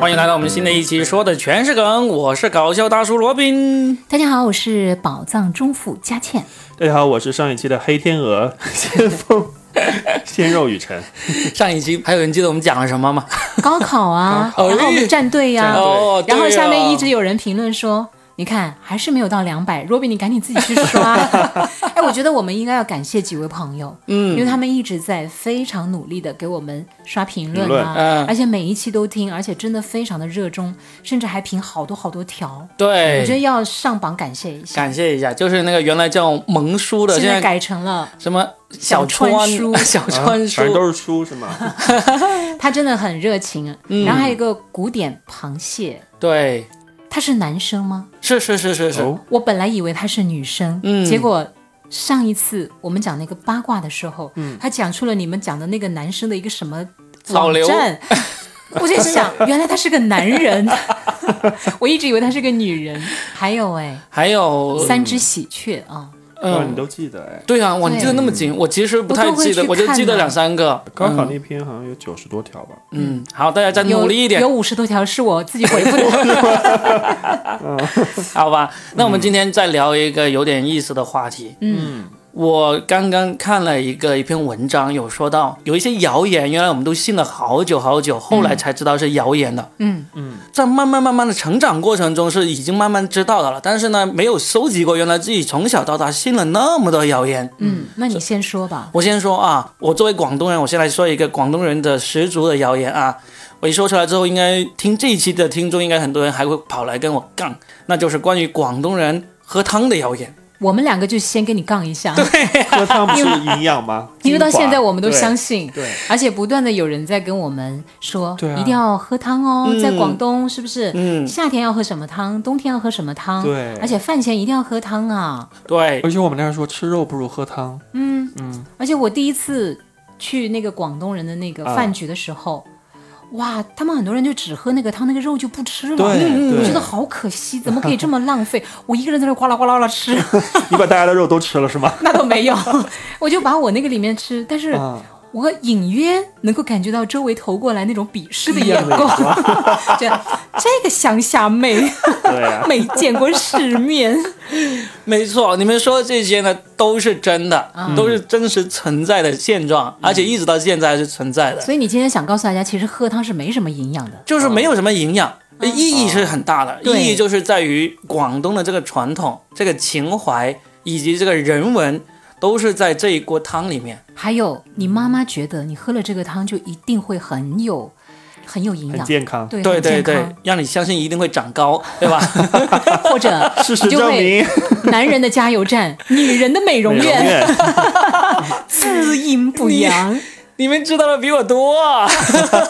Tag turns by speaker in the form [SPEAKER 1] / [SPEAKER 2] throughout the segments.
[SPEAKER 1] 欢迎来到我们新的一期，说的全是梗，我是搞笑大叔罗宾。
[SPEAKER 2] 大家好，我是宝藏中妇佳倩。
[SPEAKER 3] 大家好，我是上一期的黑天鹅先锋鲜肉雨 辰。啊
[SPEAKER 1] 上一期还有人记得我们讲了什么吗？
[SPEAKER 2] 高考啊，
[SPEAKER 1] 高考
[SPEAKER 2] 然后我们战队呀、
[SPEAKER 3] 战队
[SPEAKER 1] 哦，
[SPEAKER 2] 然后
[SPEAKER 1] 对啊
[SPEAKER 2] 下面一直有人评论说。你看，还是没有到两百。Robin，你赶紧自己去刷。哎，我觉得我们应该要感谢几位朋友，嗯，因为他们一直在非常努力的给我们刷评论
[SPEAKER 3] 评论
[SPEAKER 2] 啊，
[SPEAKER 1] 嗯
[SPEAKER 2] 而且每一期都听，而且真的非常的热衷，甚至还评好多好多条。我觉得
[SPEAKER 1] 对，
[SPEAKER 2] 要上榜感谢一下，
[SPEAKER 1] 感谢一下，就是那个原来叫萌叔的，
[SPEAKER 2] 现
[SPEAKER 1] 现
[SPEAKER 2] 在
[SPEAKER 1] 在
[SPEAKER 2] 改成了
[SPEAKER 1] 什么小
[SPEAKER 2] 川
[SPEAKER 1] 川
[SPEAKER 2] 叔
[SPEAKER 1] 小川 叔
[SPEAKER 3] 反啊正，都是书是吗？
[SPEAKER 2] 他真的很热情。然后还有一个古典螃蟹，
[SPEAKER 1] 对，
[SPEAKER 2] 他是男生吗？
[SPEAKER 1] 是是是是是，
[SPEAKER 3] 哦
[SPEAKER 2] 我本来以为她是女生，
[SPEAKER 1] 嗯
[SPEAKER 2] 结果上一次我们讲那个八卦的时候，
[SPEAKER 1] 嗯
[SPEAKER 2] 她讲出了你们讲的那个男生的一个什么
[SPEAKER 1] 老
[SPEAKER 2] 网
[SPEAKER 1] 刘
[SPEAKER 2] 站， 我在想，原来他是个男人， 我一直以为他是个女人。还有哎，
[SPEAKER 1] 还有
[SPEAKER 2] 三只喜鹊啊，
[SPEAKER 3] 哦，
[SPEAKER 1] 嗯
[SPEAKER 3] 你。都记得哎。
[SPEAKER 1] 对啊，我
[SPEAKER 2] 对
[SPEAKER 1] 你记得那么紧，我其实不太
[SPEAKER 2] 我都会
[SPEAKER 1] 记得，
[SPEAKER 2] 去
[SPEAKER 1] 我就记得
[SPEAKER 2] 看的
[SPEAKER 1] 两三个。
[SPEAKER 3] 高考
[SPEAKER 1] 嗯
[SPEAKER 3] 那篇好像有九十多条吧？
[SPEAKER 1] 嗯，好，大家再
[SPEAKER 2] 有
[SPEAKER 1] 努力一点嗯
[SPEAKER 2] 有，五十多条是我自己回复 的。
[SPEAKER 1] 好吧？那我们今天再聊一个有点意思的话题。
[SPEAKER 2] 嗯，
[SPEAKER 1] 我刚刚看了一个一篇文章，有说到有一些谣言，原来我们都信了好久好久，后来才知道是谣言的。
[SPEAKER 2] 嗯
[SPEAKER 1] 嗯，在慢慢慢慢的成长过程中是已经慢慢知道的了，但是呢，没有收集过原来自己从小到大信了那么多谣言。
[SPEAKER 2] 嗯，那你先说吧。
[SPEAKER 1] 我先说啊，我作为广东人，我先来说一个广东人的十足的谣言啊。我一说出来之后，应该听这一期的听众，应该很多人还会跑来跟我杠，那就是关于广东人喝汤的谣言。
[SPEAKER 2] 我们两个就先跟你杠一下，
[SPEAKER 3] 喝汤不是营养吗？
[SPEAKER 2] 因为到
[SPEAKER 3] 精华
[SPEAKER 2] 现在我们都相
[SPEAKER 3] 对
[SPEAKER 2] 信，
[SPEAKER 3] 对，
[SPEAKER 2] 而且不断的有人在跟我们说，
[SPEAKER 3] 对啊
[SPEAKER 2] 一定要喝汤哦，
[SPEAKER 1] 嗯
[SPEAKER 2] 在广东是不是？
[SPEAKER 1] 嗯
[SPEAKER 2] 夏天要喝什么汤，冬天要喝什么汤？
[SPEAKER 3] 对
[SPEAKER 2] 而且饭前一定要喝汤啊！
[SPEAKER 1] 对，
[SPEAKER 3] 而且我们那儿说吃肉不如喝汤，
[SPEAKER 2] 嗯嗯，而且我第一次去那个广东人的那个
[SPEAKER 3] 啊
[SPEAKER 2] 饭局的时候，哇，他们很多人就只喝那个汤，那个肉就不吃了。
[SPEAKER 3] 对
[SPEAKER 2] 嗯
[SPEAKER 3] 对
[SPEAKER 2] 我觉得好可 惜，怎么可以这么浪费？我一个人在那呱啦呱啦呱啦吃，
[SPEAKER 3] 你把大家的肉都吃了是吗？
[SPEAKER 2] 那倒没有， 我就把我那个里面吃，但是。
[SPEAKER 3] 啊，
[SPEAKER 2] 我隐约能够感觉到周围投过来那种鄙视的 眼光，
[SPEAKER 3] 啊
[SPEAKER 2] 这这个乡下 妹，
[SPEAKER 3] 对啊
[SPEAKER 2] 没见过世面，
[SPEAKER 1] 没错，你们说的这些呢，都是真的，都是真实存在的现状，而且一直到现在还是存在 的，
[SPEAKER 2] 所以你今天想告诉大家，其实喝汤是没什么营养的。
[SPEAKER 1] 就是没有什么营养。意义是很大的，
[SPEAKER 2] 对
[SPEAKER 1] 意义就是在于广东的这个传统、这个情怀以及这个人文，都是在这一锅汤里面。
[SPEAKER 2] 还有，你妈妈觉得你喝了这个汤就一定会很有很有营
[SPEAKER 3] 很
[SPEAKER 2] 养，
[SPEAKER 3] 健康。
[SPEAKER 2] 对
[SPEAKER 1] 对
[SPEAKER 2] 很
[SPEAKER 1] 对
[SPEAKER 2] 健
[SPEAKER 1] 对
[SPEAKER 2] 康，，
[SPEAKER 1] 让你相信一定会长 高，对吧？
[SPEAKER 2] 或者
[SPEAKER 3] 事
[SPEAKER 2] 你
[SPEAKER 3] 实
[SPEAKER 2] 就
[SPEAKER 3] 证
[SPEAKER 2] 会
[SPEAKER 3] 明，
[SPEAKER 2] 男人的加油站，女人的美容
[SPEAKER 3] 美容
[SPEAKER 2] 院，
[SPEAKER 3] 院
[SPEAKER 2] 滋阴补阳，
[SPEAKER 1] 你们知道的比我多、啊，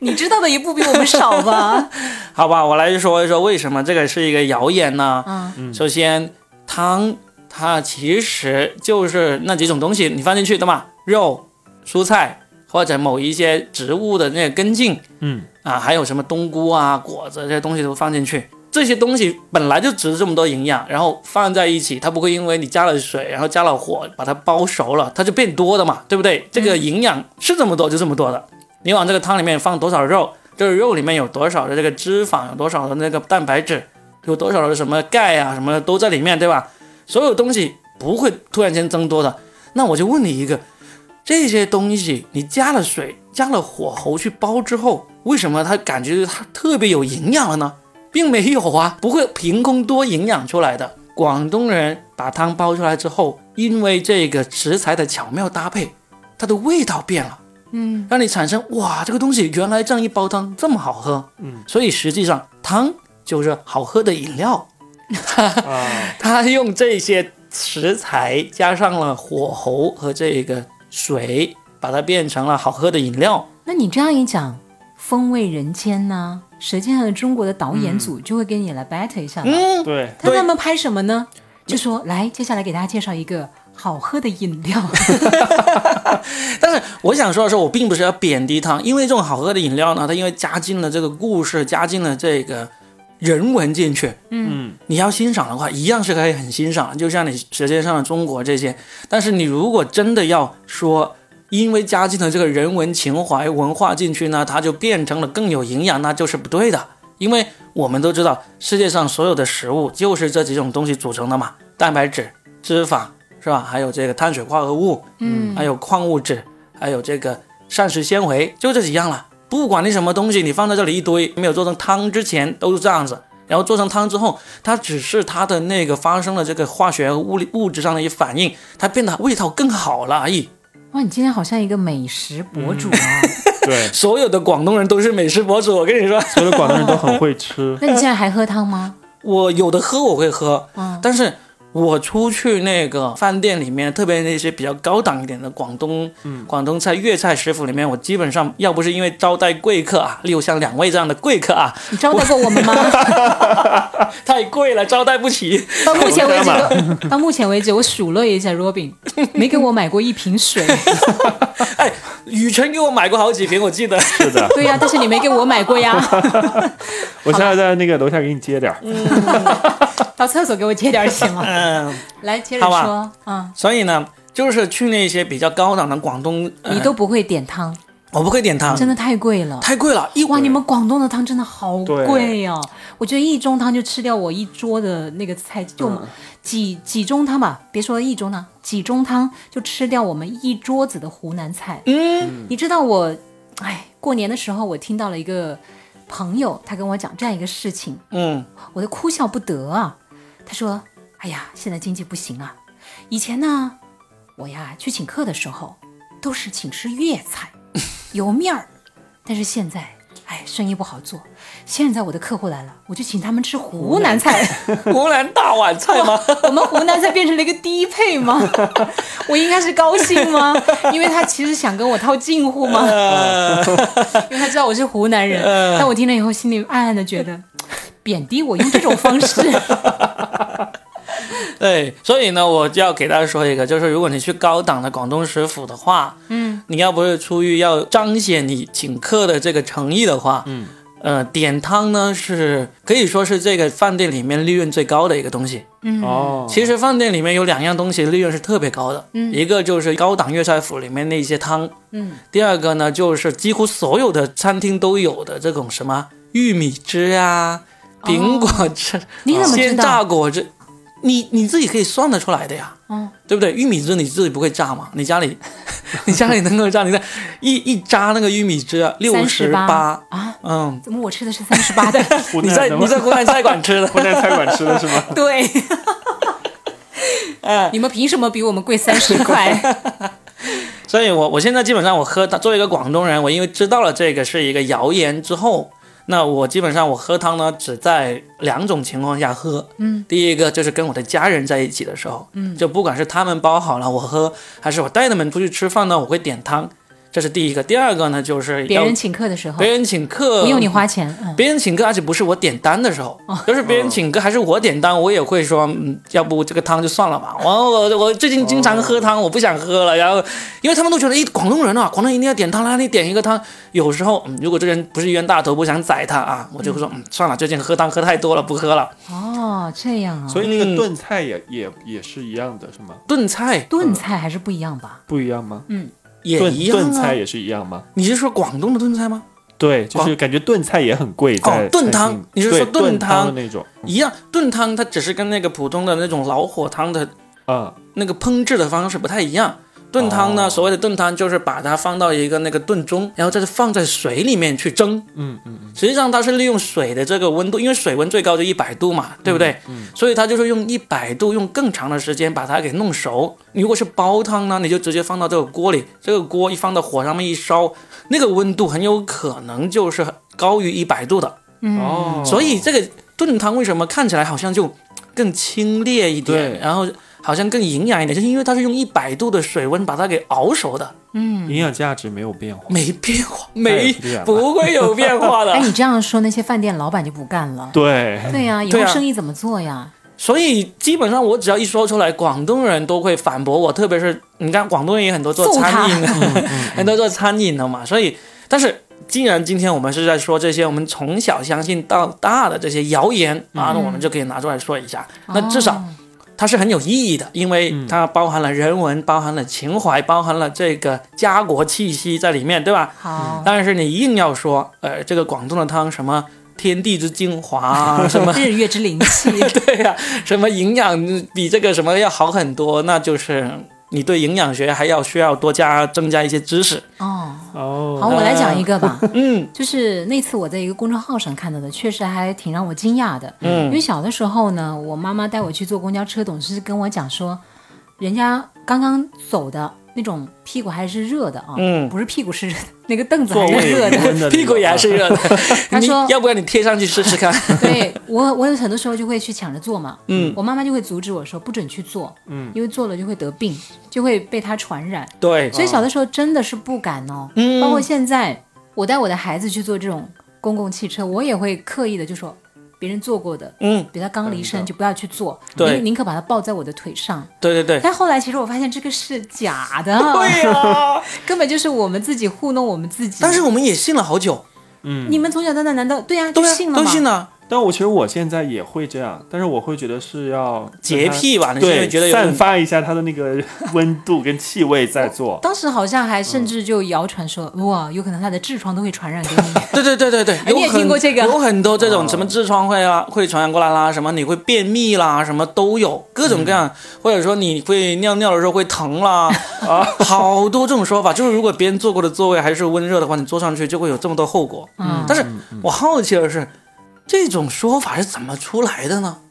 [SPEAKER 2] 你知道的也不比我们少吧？
[SPEAKER 1] 好吧？我来说一说为什么这个是一个谣言呢？
[SPEAKER 2] 啊，
[SPEAKER 1] 首先，汤它其实就是那几种东西你放进去的嘛，肉、蔬菜或者某一些植物的那个根茎，
[SPEAKER 3] 嗯
[SPEAKER 1] 啊，还有什么冬菇啊、果子这些东西都放进去。这些东西本来就值这么多营养，然后放在一起，它不会因为你加了水，然后加了火把它包熟了，它就变多的嘛，对不对？这个营养是这么多就这么多的，你往这个汤里面放多少肉，这个肉里面有多少的这个脂肪，有多少的那个蛋白质，有多少的什么钙啊，什么的都在里面，对吧？所有东西不会突然间增多的。那我就问你一个，这些东西你加了水、加了火候去煲之后，为什么它感觉它特别有营养了呢？并没有啊，不会凭空多营养出来的。广东人把汤煲出来之后，因为这个食材的巧妙搭配，它的味道变了。
[SPEAKER 2] 嗯，
[SPEAKER 1] 让你产生哇，这个东西原来这样一煲汤这么好喝，
[SPEAKER 3] 嗯，
[SPEAKER 1] 所以实际上汤就是好喝的饮料，
[SPEAKER 3] 啊，
[SPEAKER 1] 它用这些食材加上了火候和这个水，把它变成了好喝的饮料。
[SPEAKER 2] 那你这样一讲，《风味人间》呐，《舌尖上的中国》的导演组就会跟你来 battle 一下了。
[SPEAKER 1] 嗯，
[SPEAKER 3] 对，
[SPEAKER 2] 他他们拍什么呢？就说来，接下来给大家介绍一个好喝的饮料。
[SPEAKER 1] 但是我想说的是，我并不是要贬低汤，因为这种好喝的饮料呢，它因为加进了这个故事，加进了这个人文进去，
[SPEAKER 3] 嗯，
[SPEAKER 1] 你要欣赏的话，一样是可以很欣赏，就像你《舌尖上的中国》这些。但是你如果真的要说因为加进了这个人文情怀、文化进去呢，它就变成了更有营养，那就是不对的。因为我们都知道，世界上所有的食物就是这几种东西组成的嘛，蛋白质、脂肪是吧？还有这个碳水化合物，
[SPEAKER 2] 嗯，
[SPEAKER 1] 还有矿物质，还有这个膳食纤维，就这几样了。不管你什么东西，你放在这里一堆，没有做成汤之前都是这样子，然后做成汤之后，它只是它的那个发生了这个化学物理物质上的一反应，它变得味道更好了而已。
[SPEAKER 2] 哇，你今天好像一个美食博主
[SPEAKER 1] 嗯
[SPEAKER 2] 啊！
[SPEAKER 3] 对，
[SPEAKER 1] 所有的广东人都是美食博主，我跟你说，
[SPEAKER 3] 所有的广东人都很会
[SPEAKER 2] ，
[SPEAKER 3] 吃
[SPEAKER 2] 那你现在还喝 汤吗？
[SPEAKER 1] 我有的喝我会喝，
[SPEAKER 2] 嗯，
[SPEAKER 1] 但是我出去那个饭店里面，特别那些比较高档一点的广东、广东菜、粤菜食府里面，我基本上要不是因为招待贵客啊，六香两味这样的贵客啊，
[SPEAKER 2] 你招待过我们吗？
[SPEAKER 1] 太贵了，招待不起。
[SPEAKER 2] 到目前为 止 都，到目前为止，我数落了一下 Robin，没给我买过一 瓶水。
[SPEAKER 1] 哎，雨辰给我买过好几瓶，我记得。
[SPEAKER 3] 是的。
[SPEAKER 2] 对呀、但是你没给我买 过呀，
[SPEAKER 3] 我现在在那个楼下给你接点儿，
[SPEAKER 2] 到厕所给我接点儿行吗？
[SPEAKER 1] 嗯，
[SPEAKER 2] 来，接着
[SPEAKER 1] 好
[SPEAKER 2] 说
[SPEAKER 1] 吧，
[SPEAKER 2] 嗯，
[SPEAKER 1] 所以呢，就是去那些比较高档的广东，呃
[SPEAKER 2] 你都不会点汤，
[SPEAKER 1] 我不会点汤，
[SPEAKER 2] 真的太贵了。
[SPEAKER 1] 太贵了，一
[SPEAKER 2] 哇，
[SPEAKER 1] 碗
[SPEAKER 2] 你们广东的汤真的好贵哦！我觉得一盅汤就吃掉我一桌的那个菜，就我们几几盅汤吧，别说一盅汤，几盅汤就吃掉我们一桌子的湖南菜。嗯，你知道我，哎，过年的时候我听到了一个朋友，他跟我讲这样一个事情，
[SPEAKER 1] 嗯
[SPEAKER 2] 我都哭笑不得啊。他说：“哎呀，现在经济不行啊，以前呢，我呀去请客的时候都是请吃粤 菜、油面儿，但是现在，哎，生意不好做。现在我的客户来了，我就请他们吃湖南菜。
[SPEAKER 1] 湖南大碗菜吗？
[SPEAKER 2] 我们湖南菜变成了一个低配吗？ 我应该是高兴吗？因为他其实想跟我套近乎吗？ 因为他知道我是湖南人。但我听了以后，心里暗暗的觉得， 贬低我用这种方式。
[SPEAKER 1] 对，所以呢，我就要给大家说一个，就是如果你去高档的广东食府的话，嗯，你要不是出于要彰显你请客的这个诚意的话，嗯，呃，点汤呢是可以说是这个饭店里面利润最高的一个东西。
[SPEAKER 2] 嗯
[SPEAKER 3] 哦，
[SPEAKER 1] 其实饭店里面有两样东西利润是特别高的，嗯，一个就是高档粤菜府里面那些汤，
[SPEAKER 2] 嗯，
[SPEAKER 1] 第二个呢就是几乎所有的餐厅都有的这种什么玉米汁啊、苹果汁、
[SPEAKER 2] 哦你怎么知
[SPEAKER 1] 鲜
[SPEAKER 2] 道？
[SPEAKER 1] 榨果汁，你你自己可以算得出来的呀，
[SPEAKER 2] 嗯，
[SPEAKER 1] 对不对？玉米汁你自己不会榨吗？你 家里，你家里能够榨？你在一一扎那个玉米汁啊六十
[SPEAKER 2] 38，啊？
[SPEAKER 1] 嗯，
[SPEAKER 2] 怎么我吃的是三十八的？
[SPEAKER 3] 湖
[SPEAKER 1] 你
[SPEAKER 3] 南
[SPEAKER 1] 在
[SPEAKER 3] 的
[SPEAKER 1] 你
[SPEAKER 3] 吗？
[SPEAKER 1] 在湖南菜馆吃的，
[SPEAKER 3] 湖南菜馆吃的是吗？
[SPEAKER 2] 对，
[SPEAKER 1] 哎，
[SPEAKER 2] 你们凭什么比我们贵三十 块？
[SPEAKER 1] 所以我我现在基本上我喝汤，作为一个广东人，我因为知道了这个是一个谣言之后。那我基本上我喝汤呢，只在两种情况下喝。嗯，第一个就是跟我的家人在一起的时候，嗯，就不管是他们包好了我喝，还是我带他们出去吃饭呢，我会点汤，这是第一个。第二个呢，就是
[SPEAKER 2] 别
[SPEAKER 1] 要
[SPEAKER 2] 人请客的时候
[SPEAKER 1] 别人请客
[SPEAKER 2] 不用你花钱，嗯，
[SPEAKER 1] 别人请客，而且不是我点单的时候，就是别人请客还是我点单，我也会说，嗯，要不这个汤就算了吧。我我我最近经常喝汤，我不想喝了。然后，因为他们都觉得，咦，广东人啊，广东人一定要点汤啦，你点一个汤。有时候，嗯，如果这人不是冤大头，不想宰他啊，我就会说，嗯，算了，最近喝汤喝太多了，不喝了。
[SPEAKER 2] 哦，这样啊。
[SPEAKER 3] 所以那个炖菜也也也是一样的，是吗？
[SPEAKER 1] 炖菜
[SPEAKER 2] 炖菜还是不一样吧？
[SPEAKER 3] 不一样吗？
[SPEAKER 1] 也
[SPEAKER 3] 炖
[SPEAKER 1] 一样
[SPEAKER 3] 炖菜
[SPEAKER 1] 啊。
[SPEAKER 3] 也是一样吗？
[SPEAKER 1] 你是说广东的炖菜吗？
[SPEAKER 3] 对，就是
[SPEAKER 1] 广
[SPEAKER 3] 感觉炖菜也很贵，在
[SPEAKER 1] 哦炖汤
[SPEAKER 3] 餐厅
[SPEAKER 1] 你是说
[SPEAKER 3] 对
[SPEAKER 1] 炖
[SPEAKER 3] 炖
[SPEAKER 1] 汤
[SPEAKER 3] 的那种？
[SPEAKER 1] 一样，炖汤它只是跟那个普通的那种老火汤的
[SPEAKER 3] 啊，
[SPEAKER 1] 那个烹制的方式不太一样。炖汤呢，
[SPEAKER 3] 哦
[SPEAKER 1] 所谓的炖汤就是把它放到一个那个炖盅，然后再放在水里面去蒸。
[SPEAKER 3] 嗯嗯嗯，
[SPEAKER 1] 实际上它是利用水的这个温度，因为水温最高就一百度嘛，对不对？嗯所以它就是用一百度，用更长的时间把它给弄熟。如果是煲汤呢，你就直接放到这个锅里，这个锅一放到火上面一烧，那个温度很有可能就是高于一百度的。
[SPEAKER 2] 嗯
[SPEAKER 3] 哦，
[SPEAKER 1] 所以这个炖汤为什么看起来好像就更清冽一点，
[SPEAKER 3] 对
[SPEAKER 1] 然后好像更营养一点，就是因为它是用一百度的水温把它给熬熟的，
[SPEAKER 3] 营养价值嗯没有变化。
[SPEAKER 1] 没变化，没
[SPEAKER 3] 不一样了
[SPEAKER 1] 不会有变化
[SPEAKER 2] 哎，
[SPEAKER 1] 的。
[SPEAKER 2] 你这样说，那些饭店老板就不干了。
[SPEAKER 3] 对，
[SPEAKER 2] 对呀、以
[SPEAKER 1] 对
[SPEAKER 2] 后
[SPEAKER 1] 啊
[SPEAKER 2] 生意怎么做呀？
[SPEAKER 1] 所以基本上我只要一说出来，广东人都会反驳我，特别是你看广东人也很多做
[SPEAKER 2] 揍他
[SPEAKER 1] 餐饮的， 很多做餐饮的嘛，所以但是。既然今天我们是在说这些我们从小相信到大的这些谣言啊，那我们就可以拿出来说一下。那至少
[SPEAKER 2] 哦
[SPEAKER 1] 它是很有意义的，因为它包含了人文，包含了情怀，包含了这个家国气息在里面，对吧？
[SPEAKER 2] 好，
[SPEAKER 1] 但是你硬要说，呃，这个广东的汤什么天地之精华啊，什 么
[SPEAKER 2] 日月之灵气，
[SPEAKER 1] 对呀、什么营养比这个什么要好很多，那就是你对营养学还要需要多加增加一些知识。
[SPEAKER 2] 哦，
[SPEAKER 3] 哦，
[SPEAKER 2] 好，我来讲一个吧。
[SPEAKER 1] 嗯
[SPEAKER 2] 就是那次我在一个公众号上看到的，确实还挺让我惊讶的。嗯，因为小的时候呢，我妈妈带我去坐公交车，总是跟我讲说，人家刚刚走的那种屁股还是热的啊，
[SPEAKER 1] 嗯，
[SPEAKER 2] 不是屁股是热的，那个凳子
[SPEAKER 1] 座
[SPEAKER 2] 还
[SPEAKER 1] 位
[SPEAKER 2] 是 热的。
[SPEAKER 3] 的
[SPEAKER 1] 屁股也还是 热的。
[SPEAKER 2] 他说
[SPEAKER 1] 你要不然你贴上去试试看。
[SPEAKER 2] 对我，我有很多时候就会去抢着坐嘛。嗯，我妈妈就会阻止我说不准去坐，嗯，因为坐了就会得病，就会被它传染。
[SPEAKER 1] 对，
[SPEAKER 2] 所以小的时候真的是不敢哦，
[SPEAKER 1] 嗯
[SPEAKER 2] 包括现在，我带我的孩子去坐这种公共汽车，我也会刻意的就说，别人坐过的，
[SPEAKER 1] 嗯，
[SPEAKER 2] 比如他刚离身就不要去坐，
[SPEAKER 1] 对
[SPEAKER 2] 宁宁可把他抱在我的腿上。
[SPEAKER 1] 对对对。
[SPEAKER 2] 但后来其实我发现这个是假的，啊
[SPEAKER 1] 对呀、
[SPEAKER 2] 根本就是我们自己糊弄我们自己。
[SPEAKER 1] 但是我们也信了好久，
[SPEAKER 2] 你们从小到大难道对呀、就
[SPEAKER 1] 对呀、啊
[SPEAKER 2] 信了
[SPEAKER 1] 都
[SPEAKER 2] 吗？嗯
[SPEAKER 1] 信了，
[SPEAKER 3] 但我其实我现在也会这样，但是我会觉得是要跟它
[SPEAKER 1] 洁癖吧？你是不
[SPEAKER 3] 对，
[SPEAKER 1] 是觉得有
[SPEAKER 3] 散发一下它的那个温度跟气味在做。
[SPEAKER 2] 当时好像还
[SPEAKER 1] 嗯
[SPEAKER 2] 甚至就谣传说，哇，有可能他的痔疮都会传染给你。
[SPEAKER 1] 对对对对对，有
[SPEAKER 2] 哎你也
[SPEAKER 1] 很
[SPEAKER 2] 听过这个哦
[SPEAKER 1] 有很多这种什么痔疮会啊，会传染过来啦，什么你会便秘啦，什么都有，各种各样，
[SPEAKER 2] 嗯
[SPEAKER 1] 或者说你会尿尿的时候会疼啦，
[SPEAKER 2] 哦
[SPEAKER 1] 啊，好多这种说法。就是如果别人坐过的座位还是温热的话，你坐上去就会有这么多后果。
[SPEAKER 2] 嗯，
[SPEAKER 1] 但是我好奇的是，这种说法是怎么出来的呢？
[SPEAKER 2] 嗯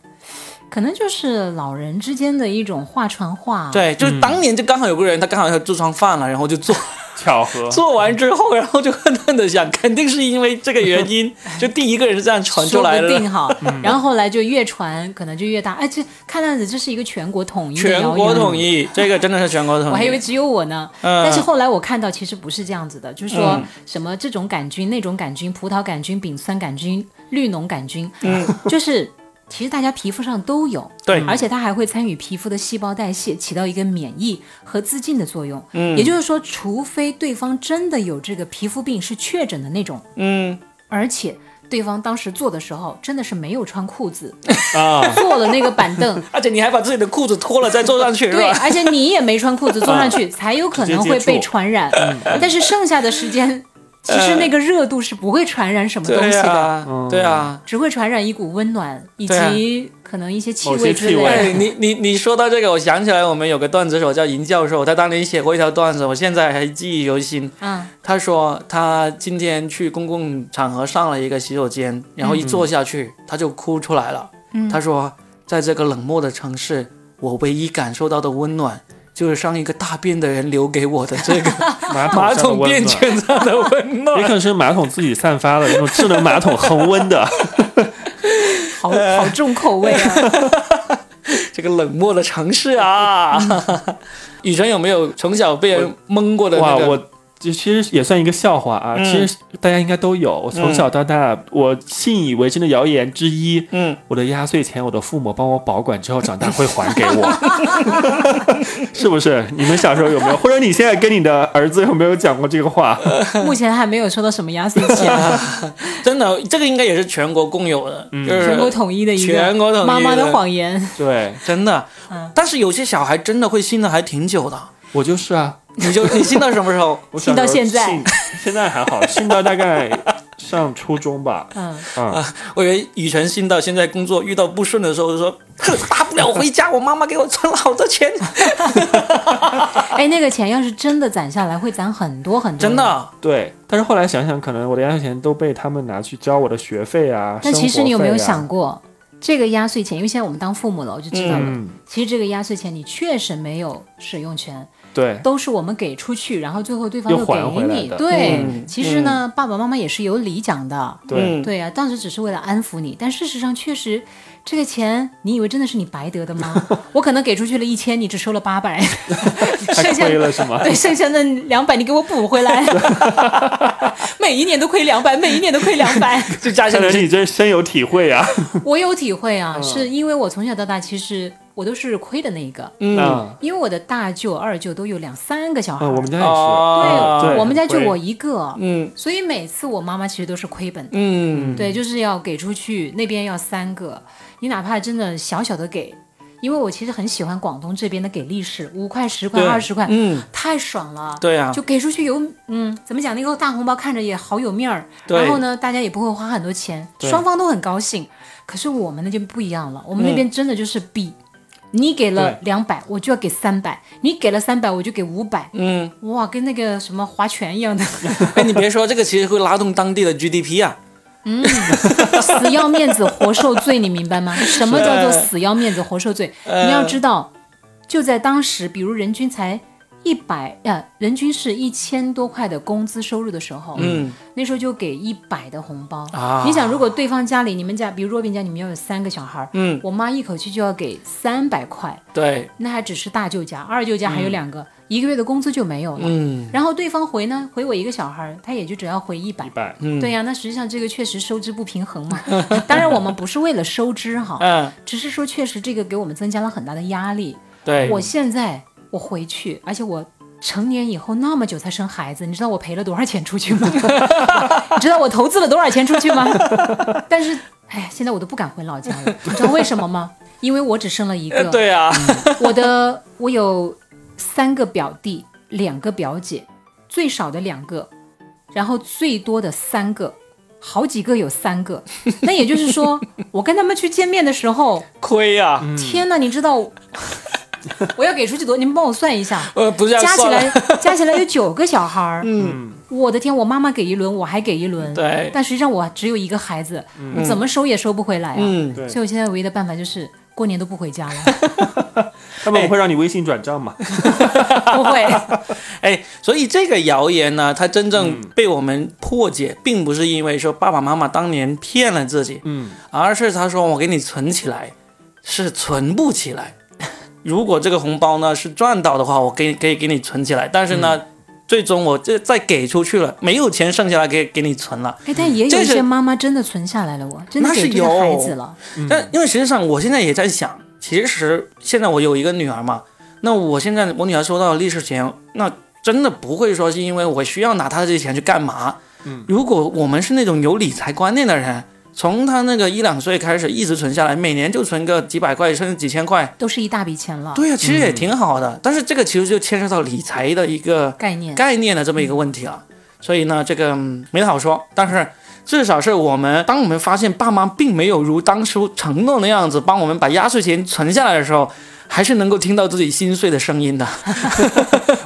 [SPEAKER 2] 可能就是老人之间的一种话传话。。
[SPEAKER 1] 对，就是当年就刚好有个人，他刚好有痔疮犯了，然后就做
[SPEAKER 3] 巧合，
[SPEAKER 1] 做完之后，然后就恨恨的想，肯定是因为这个原 因，就第一个人是这样传出
[SPEAKER 2] 说
[SPEAKER 1] 来嗯
[SPEAKER 2] 不
[SPEAKER 1] 的。
[SPEAKER 2] 定哈，然后后来就越传可能就越大，哎，这看样子这是一个全国统一的
[SPEAKER 1] 全
[SPEAKER 2] 谣
[SPEAKER 1] 国
[SPEAKER 2] 言
[SPEAKER 1] 统一，这个真的是全国统一。
[SPEAKER 2] 我还以为只有我呢，
[SPEAKER 1] 嗯
[SPEAKER 2] 但是后来我看到其实不是这样子的，就是说
[SPEAKER 1] 嗯
[SPEAKER 2] 什么这种杆菌、那种杆菌、葡萄杆菌、丙酸杆菌、绿脓杆菌，嗯， 就是其实大家皮肤上都有，
[SPEAKER 1] 对
[SPEAKER 2] 而且它还会参与皮肤的细胞代谢，起到一个免疫和滋进的作用。嗯，也就是说，除非对方真的有这个皮肤病是确诊的那种，
[SPEAKER 1] 嗯，
[SPEAKER 2] 而且。对方当时做的时候，真的是没有穿裤子，
[SPEAKER 3] 啊，
[SPEAKER 2] 坐了那个板凳，
[SPEAKER 1] 而且你还把自己的裤子脱了再坐上 去，是
[SPEAKER 2] 对，
[SPEAKER 1] 吧？ 啊
[SPEAKER 2] 而且你也没穿裤子坐上去，才有可能会被传染。嗯但是剩下的 时间，其实那个热度是不会传染什么东
[SPEAKER 1] 哎对
[SPEAKER 2] 西
[SPEAKER 1] 呀、
[SPEAKER 2] 的，
[SPEAKER 1] 对啊。
[SPEAKER 2] 只会传染一股温暖以
[SPEAKER 1] 对啊
[SPEAKER 2] 及可能一些气
[SPEAKER 3] 某些
[SPEAKER 2] 味之
[SPEAKER 3] 气
[SPEAKER 2] 类
[SPEAKER 3] 味
[SPEAKER 2] 的。
[SPEAKER 1] 哎，你你你说到这个，我想起来我们有个段子手叫尹教授，他当年写过一条段子，我现在还记忆犹新。
[SPEAKER 2] 嗯，
[SPEAKER 1] 他说他今天去公共场合上了一个洗手间，然后一坐下去、他就哭出来了。
[SPEAKER 3] 嗯
[SPEAKER 1] 他说，在这个冷漠的城市，我唯一感受到的温暖，就是上一个大便的人留给我的这 个
[SPEAKER 3] 马桶
[SPEAKER 1] 马
[SPEAKER 3] 上的
[SPEAKER 1] 桶
[SPEAKER 3] 温
[SPEAKER 1] 便
[SPEAKER 3] 暖，
[SPEAKER 1] 泉上的温
[SPEAKER 3] 也
[SPEAKER 1] 暖。
[SPEAKER 3] 可能是马桶自己散发的那种智能马桶恒温的。
[SPEAKER 2] 好
[SPEAKER 1] 哎
[SPEAKER 2] 好重口味 啊！
[SPEAKER 1] 这个冷漠的城市啊，
[SPEAKER 3] 嗯
[SPEAKER 1] 雨辰有没有从小被人蒙过的
[SPEAKER 3] 哇，
[SPEAKER 1] 那个？
[SPEAKER 3] 我这其实也算一个笑话啊，
[SPEAKER 1] 嗯
[SPEAKER 3] 其实大家应该都有。我从小到大，我信以为真的谣言之一，
[SPEAKER 1] 嗯，
[SPEAKER 3] 我的压岁钱，我的父母帮我保管之后，长大会还给我， 是不是？你们小时候有没有，或者你现在跟你的儿子有没有讲过这个话？
[SPEAKER 2] 目前还没有收到什么压岁钱，
[SPEAKER 1] 真的，这个应该也是全国共有的，
[SPEAKER 3] 嗯
[SPEAKER 1] 就是
[SPEAKER 2] 全国统一的一个
[SPEAKER 1] 全国统一的
[SPEAKER 2] 妈妈的谎言。
[SPEAKER 3] 对
[SPEAKER 1] 真的。
[SPEAKER 3] 嗯
[SPEAKER 1] 但是有些小孩真的会信的还挺久的，
[SPEAKER 3] 我就是啊，
[SPEAKER 1] 你就你信到什么时候？
[SPEAKER 3] 我小时
[SPEAKER 2] 信到
[SPEAKER 3] 候
[SPEAKER 2] 现在
[SPEAKER 3] 信，现在还好，信到大概上初中吧。
[SPEAKER 2] 嗯，
[SPEAKER 3] 嗯，
[SPEAKER 1] 我以为雨辰信到现在工作遇到不顺的时候就说，哼，大不了我回家，我妈妈给我存了好多钱，
[SPEAKER 2] 哎，那个钱要是真的攒下来，会攒很多很多。
[SPEAKER 1] 真。的。啊
[SPEAKER 3] 对。但是后来想想，可能我的压岁钱都被他们拿去交我的学费啊。
[SPEAKER 2] 但其实你有没有想
[SPEAKER 3] 过？
[SPEAKER 2] 过，这个压岁钱，因为现在我们当父母了，我就知道了。
[SPEAKER 3] 嗯，
[SPEAKER 2] 其实这个压岁钱你确实没有使用权，
[SPEAKER 3] 对，
[SPEAKER 2] 都是我们给出去，然后最后对方
[SPEAKER 3] 又
[SPEAKER 2] 又给
[SPEAKER 3] 还回来
[SPEAKER 2] 你。
[SPEAKER 3] 的
[SPEAKER 2] 对，
[SPEAKER 1] 嗯
[SPEAKER 2] 其实呢，爸爸妈妈也是有理讲的。
[SPEAKER 3] 对，
[SPEAKER 1] 嗯
[SPEAKER 2] 对呀、当时只是为了安抚你，但事实上确实，这个钱你以为真的是你白得的 吗？我可能给出去了一千，你只收了八百，
[SPEAKER 3] 还
[SPEAKER 2] 剩下
[SPEAKER 3] 亏了是吗？
[SPEAKER 2] 对剩下的两百你给我补回 来，每一年都亏两百，每一年都亏两 百，
[SPEAKER 1] 就加
[SPEAKER 3] 看
[SPEAKER 1] 上
[SPEAKER 3] 来
[SPEAKER 1] 去，
[SPEAKER 3] 你真深有体会啊！
[SPEAKER 2] 我有体会啊，
[SPEAKER 3] 嗯
[SPEAKER 2] 是因为我从小到大其实我都是亏的那一个，
[SPEAKER 1] 嗯，
[SPEAKER 3] 啊，
[SPEAKER 2] 因为我的大舅、二舅都有两三个小孩
[SPEAKER 3] 啊
[SPEAKER 2] 儿，
[SPEAKER 3] 我们家也是，
[SPEAKER 1] 哦
[SPEAKER 3] 对
[SPEAKER 2] 我们家就
[SPEAKER 3] 很
[SPEAKER 2] 我一个，
[SPEAKER 1] 嗯
[SPEAKER 2] 所以每次我妈妈其实都是亏本的。
[SPEAKER 1] 嗯，
[SPEAKER 2] 对，就是要给出去，那边要三个，你哪怕真的小小的给，因为我其实很喜欢广东这边的给利是，五块、十块、
[SPEAKER 1] 对
[SPEAKER 2] 二十块，
[SPEAKER 1] 嗯，
[SPEAKER 2] 太爽了。
[SPEAKER 1] 对啊，
[SPEAKER 2] 就给出去有，嗯，怎么讲？那个大红包看着也好有面儿，
[SPEAKER 1] 对
[SPEAKER 2] 然后呢，大家也不会花很多钱，
[SPEAKER 1] 对
[SPEAKER 2] 双方都很高兴。可是我们那就不一样了，我
[SPEAKER 1] 嗯
[SPEAKER 2] 们那边真的就是比，你给了两百，我就要给三百；你给了三百，我就给五百。
[SPEAKER 1] 嗯，
[SPEAKER 2] 哇，跟那个什么划拳一样的，
[SPEAKER 1] 哎，你别说，这个其实会拉动当地的 GDP 啊。
[SPEAKER 2] 嗯死要面子活受罪，你明白吗？什么叫做死要面子活受罪？
[SPEAKER 1] 呃
[SPEAKER 2] 你要知道，就在当时，比如人均才一百，呃，人均是一千多块的工资收入的时候，
[SPEAKER 1] 嗯，
[SPEAKER 2] 那时候就给一百的红包
[SPEAKER 1] 啊
[SPEAKER 2] 你想，如果对方家里，你们家，比如若冰家，你们要有三个小孩儿，
[SPEAKER 1] 嗯，
[SPEAKER 2] 我妈一口气就要给三百块，
[SPEAKER 1] 对，
[SPEAKER 2] 那还只是大舅家，二舅家还有两个，一个月的工资就没有了。
[SPEAKER 1] 嗯
[SPEAKER 2] 然后对方回呢，回我一个小孩儿，他也就只要回一百
[SPEAKER 3] 一。百，
[SPEAKER 1] 嗯，
[SPEAKER 2] 对呀、那实际上这个确实收支不平衡嘛。当然，我们不是为了收支哈，
[SPEAKER 1] 嗯，
[SPEAKER 2] 只是说确实这个给我们增加了很大的压力。
[SPEAKER 1] 对，
[SPEAKER 2] 我现在我回去，而且我成年以后那么久才生孩子，你知道我赔了多少钱出去吗？ 你知道我投资了多少钱出去吗？但是，哎，现在我都不敢回老家了，你知道为什么吗？因为我只生了一个，
[SPEAKER 1] 对啊，
[SPEAKER 2] 我的我有三个表弟，两个表姐，最少的两个，然后最多的三个，好几个有三个。那也就是说，我跟他们去见面的时候，
[SPEAKER 1] 亏啊，
[SPEAKER 2] 天哪，你知道 我我要给出去多？你们帮我算一下，
[SPEAKER 1] 呃，不是要
[SPEAKER 2] 加起
[SPEAKER 1] 算了，
[SPEAKER 2] 来 加起来有九个小孩儿。
[SPEAKER 3] 嗯，
[SPEAKER 2] 我的天，我妈妈给一轮，我还给一轮。
[SPEAKER 1] 对，
[SPEAKER 2] 但实际上我只有一个孩子，我怎么收也收不回来啊。
[SPEAKER 1] 嗯，
[SPEAKER 3] 对
[SPEAKER 2] 所以我现在唯一的办法就是过年都不回家了，
[SPEAKER 3] 他们会让你微信转账嘛？
[SPEAKER 2] 不 会。
[SPEAKER 1] 哎，所以这个谣言呢，它真正被我们破解，并不是因为说爸爸妈妈当年骗了自己，
[SPEAKER 3] 嗯，
[SPEAKER 1] 而是他说我给你存起来，是存不起来。 如果这个红包呢是赚到的话，我给可以给你存起来，但是呢，最终我这再给出去了，没有钱剩下来给给你存了。
[SPEAKER 2] 哎，但也有
[SPEAKER 1] 这
[SPEAKER 2] 一
[SPEAKER 1] 是
[SPEAKER 2] 些妈妈真的存下来了我，真的
[SPEAKER 1] 那是
[SPEAKER 2] 给这个孩
[SPEAKER 1] 有
[SPEAKER 2] 子了。
[SPEAKER 3] 嗯
[SPEAKER 1] 但因为实际上，我现在也在想，其实现在我有一个女儿嘛，那我现在我女儿收到利是钱，那真的不会说是因为我需要拿她这些钱去干嘛。嗯，如果我们是那种有理财观念的人，从她那个一两岁开始一直存下来，每年就存个几百块甚至几千块，嗯
[SPEAKER 2] 都是一大笔钱了，
[SPEAKER 1] 对呀、其实也挺好的。但是这个其实就牵涉到理财的一个
[SPEAKER 2] 概念
[SPEAKER 1] 概念的这么一个问题了。所以呢，这个嗯没得好说，但是至少是我们，当我们发现爸妈并没有如当初承诺那样子帮我们把压岁钱存下来的时候，还是能够听到自己心碎的声音的。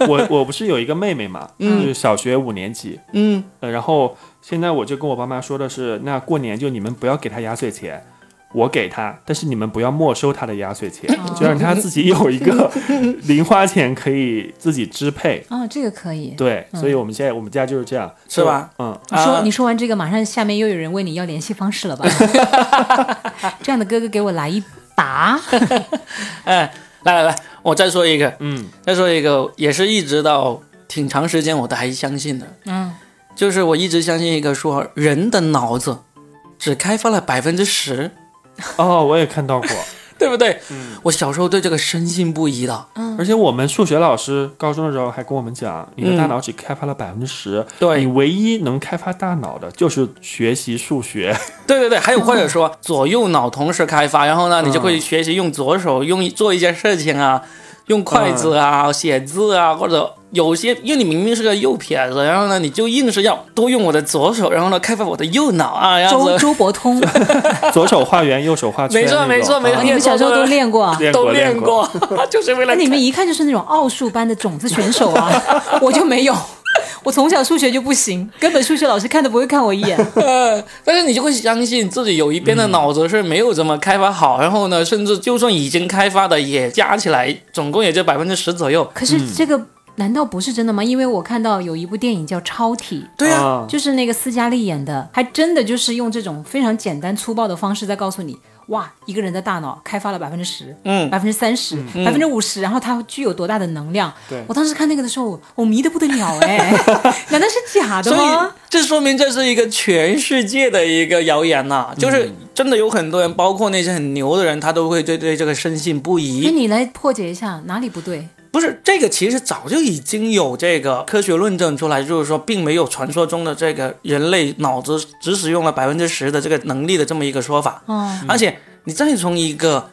[SPEAKER 3] 我我不是有一个妹妹嘛，就是小学五年级，
[SPEAKER 1] 嗯，
[SPEAKER 3] 呃，然后现在我就跟我爸妈说的是，那过年就你们不要给她压岁钱。我给她，但是你们不要没收她的压岁钱，就让她自己有一 个零花钱可以自己支配。
[SPEAKER 2] 啊、这个可以。
[SPEAKER 3] 对，所以我们现在我们家嗯就是这样，
[SPEAKER 1] 是吧？
[SPEAKER 3] 嗯，
[SPEAKER 2] 你说、
[SPEAKER 1] 啊
[SPEAKER 2] 你说完这个，马上下面又有人问你要联系方式了 吧？这样的哥哥给我来一打，
[SPEAKER 1] 哎，来来来，我再说一个，
[SPEAKER 3] 嗯，
[SPEAKER 1] 再说一个，也是一直到挺长时间我都还相信的，
[SPEAKER 2] 嗯，
[SPEAKER 1] 就是我一直相信一个说人的脑子只开发了百分之十，
[SPEAKER 3] 哦，我也看到过，
[SPEAKER 1] 对不对？我小时候对这个深信不疑的，
[SPEAKER 2] 嗯
[SPEAKER 3] 而且我们数学老师高中的时候还跟我们讲，你的
[SPEAKER 1] 嗯
[SPEAKER 3] 大脑只开发了百分之十，
[SPEAKER 1] 对
[SPEAKER 3] 你唯一能开发大脑的就是学习数学。
[SPEAKER 1] 对对对，还有或者说左右脑同时开发，然后呢，你就会学习用左手用做一件事情啊，用筷子啊、写字啊，或者有些因为你明明是个右撇子，然后呢，你就硬是要多用我的左手，然后呢，开发我的右脑啊，然后
[SPEAKER 2] 周周伯 通，
[SPEAKER 3] 左手画圆，右手画圈
[SPEAKER 1] 没
[SPEAKER 3] 那
[SPEAKER 1] 错
[SPEAKER 3] 种。
[SPEAKER 1] 没错没错
[SPEAKER 3] 啊
[SPEAKER 2] 你们小时候都练过啊？
[SPEAKER 3] 练
[SPEAKER 1] 都
[SPEAKER 3] 过
[SPEAKER 1] 练
[SPEAKER 3] 练
[SPEAKER 1] 过， 就是为
[SPEAKER 2] 那
[SPEAKER 1] 了
[SPEAKER 2] 你们一看就是那种奥数班的种子选手 啊，我就没有。我从小数学就不行，根本数学老师看都不会看我一眼。
[SPEAKER 1] 呃，但是你就会相信自己有一边的脑子是没有怎么开发好，然后呢，甚至就算已经开发的也加起来，总共也就百分之十左右。
[SPEAKER 2] 可是这个难道不是真的吗？因为我看到有一部电影叫《超体》，
[SPEAKER 1] 对呀、
[SPEAKER 3] 啊
[SPEAKER 2] 就是那个斯嘉丽演的，还真的就是用这种非常简单粗暴的方式在告诉你，哇，一个人的大脑开发了百分之十，
[SPEAKER 1] 嗯
[SPEAKER 2] 百分之三十，百分之五十，然后他具有多大的能量？
[SPEAKER 3] 对
[SPEAKER 2] 我当时看那个的时候，我我迷得不得了 哎，难道是假的
[SPEAKER 1] 所以
[SPEAKER 2] 吗？
[SPEAKER 1] 这说明这是一个全世界的一个谣言呐、就是真的有很多人，包括那些很牛的人，他都会对对这个深信不
[SPEAKER 2] 那
[SPEAKER 1] 疑。
[SPEAKER 2] 你来破解一下哪里不对？
[SPEAKER 1] 不是这个，其实早就已经有这个科学论证出来，就是说并没有传说中的这个人类脑子只使用了百分之十的这个能力的这么一个说法。
[SPEAKER 2] 哦，
[SPEAKER 1] 而且你再从一个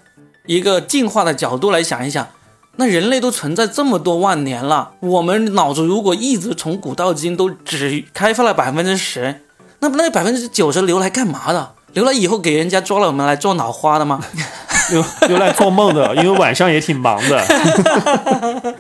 [SPEAKER 1] 一个进化的角度来想一想，那人类都存在这么多万年了，我们脑子如果一直从古到今都只开发了百分之十，那那百分之九十留来干嘛的？留来以后给人家抓了我们来做脑花的吗？
[SPEAKER 3] 用用来做梦的，因为晚上也挺忙 的。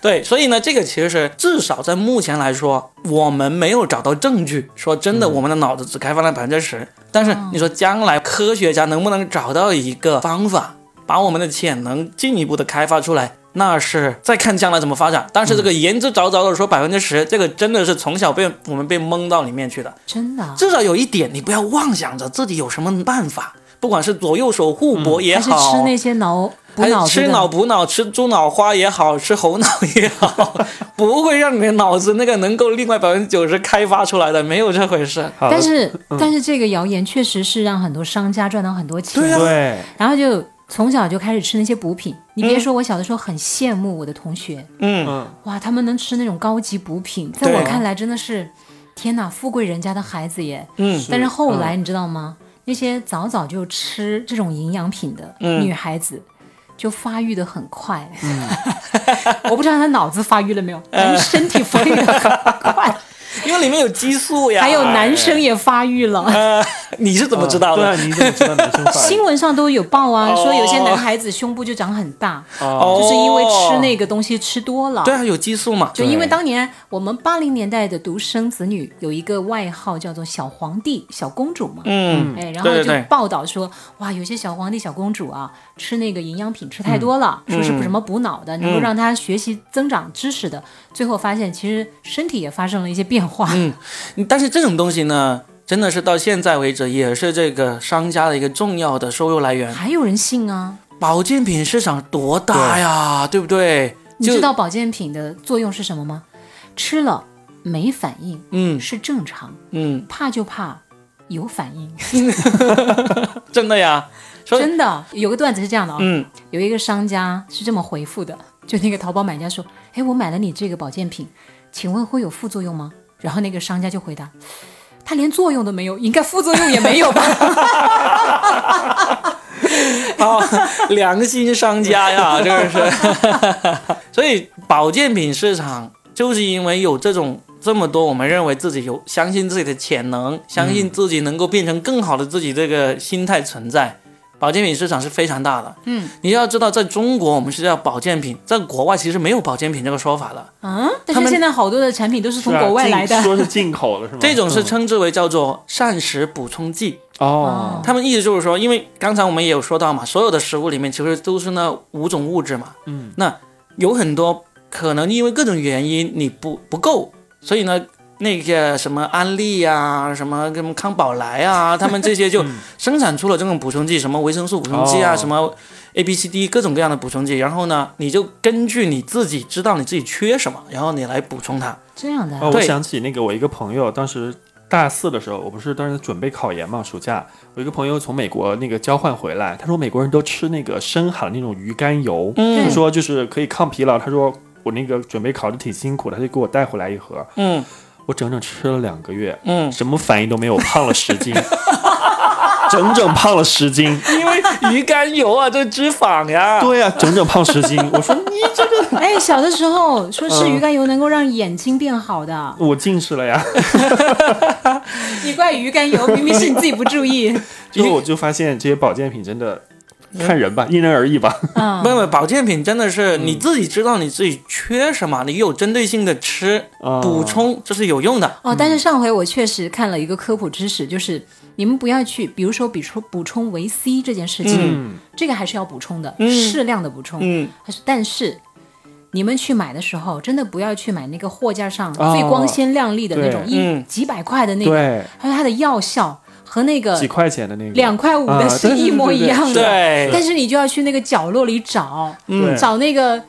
[SPEAKER 1] 对，所以呢，这个其实是至少在目前来说，我们没有找到证据说真的，我们的脑子只开发了百分之十。但是你说将来科学家能不能找到一个方法，把我们的潜能进一步的开发出来？那是再看将来怎么发展，但是这个言之凿凿的说百分之十，这个真的是从小被我们被蒙到里面去的。
[SPEAKER 2] 真的啊，
[SPEAKER 1] 至少有一点，你不要妄想着自己有什么办法，不管是左右手互搏也
[SPEAKER 2] 嗯还是
[SPEAKER 1] 好，
[SPEAKER 2] 吃那些脑补
[SPEAKER 1] 还
[SPEAKER 2] 脑
[SPEAKER 1] 哎
[SPEAKER 2] 子
[SPEAKER 1] 吃
[SPEAKER 2] 的
[SPEAKER 1] 脑补脑，吃猪脑花也好，吃猴脑也好， 不会让你的脑子那个能够另外百分之九十开发出来的，没有这回事。
[SPEAKER 3] 好了
[SPEAKER 2] 但是、
[SPEAKER 1] 嗯
[SPEAKER 2] 但是这个谣言确实是让很多商家赚到很多钱，
[SPEAKER 1] 对啊
[SPEAKER 3] 对，
[SPEAKER 2] 然后就从小就开始吃那些补品。你别说，我小的时候很羡慕我的同学，
[SPEAKER 1] 嗯，
[SPEAKER 3] 嗯，
[SPEAKER 2] 哇，他们能吃那种高级补品，在
[SPEAKER 1] 对啊
[SPEAKER 2] 我看来真的是，天哪，富贵人家的孩子耶。
[SPEAKER 1] 嗯
[SPEAKER 2] 但是后来你知道吗？那些早早就吃这种营养品的
[SPEAKER 1] 嗯
[SPEAKER 2] 女孩子。就发育的很快， 我不知道她脑子发育了没有，
[SPEAKER 1] 嗯
[SPEAKER 2] 但是身体发育的 很快，
[SPEAKER 1] 因为里面有激素呀。哎
[SPEAKER 2] 还有男生也发育了。
[SPEAKER 1] 呃，你是怎么知道
[SPEAKER 3] 对
[SPEAKER 1] 的？
[SPEAKER 3] 啊，你怎么知 道男生发育
[SPEAKER 2] 新闻上都有报啊，
[SPEAKER 1] 哦
[SPEAKER 2] 说有些男孩子胸部就长很大，
[SPEAKER 1] 哦
[SPEAKER 2] 就是因为吃那个东西吃多了。
[SPEAKER 1] 对啊，有激素嘛。
[SPEAKER 2] 就因为当年我们八零年代的独生子女有一个外号叫做“小皇帝”、“小公主”嘛，
[SPEAKER 1] 嗯，
[SPEAKER 2] 哎，然后
[SPEAKER 1] 对对
[SPEAKER 2] 就
[SPEAKER 1] 对
[SPEAKER 2] 报道说，哇，有些小皇帝、小公主啊，吃那个营养品吃太多了，
[SPEAKER 1] 嗯
[SPEAKER 2] 说是什么补脑的，能够让他学习增长知识的，最后发现其实身体也发生了一些变化。
[SPEAKER 1] 嗯
[SPEAKER 2] 嗯
[SPEAKER 1] 但是这种东西呢，真的是到现在为止也是这个商家的一个重要的收入来源。
[SPEAKER 2] 还有人信啊？
[SPEAKER 1] 保健品市场多大呀，对不对？
[SPEAKER 2] 你知道保健品的作用是什么吗？吃了没反应
[SPEAKER 1] 嗯
[SPEAKER 2] 是正常，
[SPEAKER 1] 嗯，
[SPEAKER 2] 怕就怕有反应。
[SPEAKER 1] 真的呀。
[SPEAKER 3] 呃
[SPEAKER 1] 所以
[SPEAKER 2] 真的有个段子是这样的啊、
[SPEAKER 1] 嗯
[SPEAKER 2] 有一个商家是这么回复的， 就那个淘宝买家说：“哎，我买了你这个保健品，请问会有副作用吗？”然后那个商家就回答：“他连作用都没有，应该副作用也没有吧
[SPEAKER 1] 好，哦良心商家 呀，这个是。 所以保健品市场就是因为有这种这么多我们认为自己有相信自己的潜
[SPEAKER 3] 嗯
[SPEAKER 1] 能，相信自己能够变成更好的自己这个心态存在。保健品市场是非常大的，嗯，你要知道，在中国我们是叫保健品，在国外其实没有保健品这个说法的，？”
[SPEAKER 2] 嗯，但
[SPEAKER 1] 他们
[SPEAKER 2] 是现在好多的产品都是从
[SPEAKER 3] 是啊
[SPEAKER 2] 国外
[SPEAKER 3] 进
[SPEAKER 2] 来的。
[SPEAKER 3] 说是进口了是吗？
[SPEAKER 1] 这种是
[SPEAKER 3] 嗯
[SPEAKER 1] 称之为叫做膳食补充剂。
[SPEAKER 2] 啊
[SPEAKER 3] 哦，
[SPEAKER 1] 他们意思就是说，因为刚才我们也有说到嘛，所有的食物里面其实都是那五种物质嘛。
[SPEAKER 3] 嗯，
[SPEAKER 1] 那有很多可能因为各种原因你不不够，所以呢，那个什么安利呀、什么什么康宝莱啊，他们这些 就生产出了这种补充剂，什么维生素补充剂啊，
[SPEAKER 3] 嗯哦
[SPEAKER 1] 什么 A B C D 各种各样的补充剂。然后呢，你就根据你自己知道你自己缺什么，然后你来补充它。
[SPEAKER 2] 这样的啊、
[SPEAKER 3] 哦，我
[SPEAKER 1] 对
[SPEAKER 3] 想起那个我一个朋友，当时大四的时候，我不是当时准备考研嘛，暑假，我一个朋友从美国那个交换回来，他说美国人都吃那个深海的那种鱼肝油，
[SPEAKER 1] 嗯
[SPEAKER 3] 他说就是可以抗疲劳，他说我那个准备考的挺辛苦的，他就给我带回来一盒，
[SPEAKER 1] 嗯
[SPEAKER 3] 我整整吃了两个月，
[SPEAKER 1] 嗯，
[SPEAKER 3] 什么反应都没有，胖了十斤， 整整胖了十斤。
[SPEAKER 1] 因为鱼肝油啊，这脂肪呀。
[SPEAKER 3] 对呀、整整胖十斤。我说
[SPEAKER 2] 哎，小的时候说吃
[SPEAKER 3] 嗯
[SPEAKER 2] 鱼肝油能够让眼睛变好的，
[SPEAKER 3] 我近视了呀，
[SPEAKER 2] 你怪鱼肝油，明明是你自己不注 意。
[SPEAKER 3] 最后我就发现这些保健品真的看人吧，因人而异吧。
[SPEAKER 2] 嗯
[SPEAKER 1] 没，有，没有保健品真的是你自己知道你自己缺什么，你有针对性的吃
[SPEAKER 2] 嗯
[SPEAKER 3] 啊
[SPEAKER 1] 补充，这是有用的。
[SPEAKER 2] 哦，但是上回我确实看了一个科普知识，就是你们不要去，比如说补充补充维 C 这件事情，
[SPEAKER 3] 嗯，
[SPEAKER 2] 这个还是要补充的，
[SPEAKER 1] 嗯
[SPEAKER 2] 适量的补充。
[SPEAKER 1] 嗯，
[SPEAKER 2] 但是但是你们去买的时候，真的不要去买那个货架上
[SPEAKER 3] 哦
[SPEAKER 2] 最光鲜亮丽的那种
[SPEAKER 3] 对
[SPEAKER 2] 一、
[SPEAKER 1] 嗯
[SPEAKER 2] 几百块的那个，
[SPEAKER 3] 对，
[SPEAKER 2] 还有它的药效和那个
[SPEAKER 3] 几块钱的那个
[SPEAKER 2] 呃两块五的
[SPEAKER 3] 啊
[SPEAKER 2] 是
[SPEAKER 3] 对对
[SPEAKER 2] 一模
[SPEAKER 3] 对
[SPEAKER 2] 一
[SPEAKER 3] 对
[SPEAKER 2] 样的。
[SPEAKER 1] 对，
[SPEAKER 2] 嗯但是你就要去那个角落里找，
[SPEAKER 3] 嗯
[SPEAKER 2] 找那个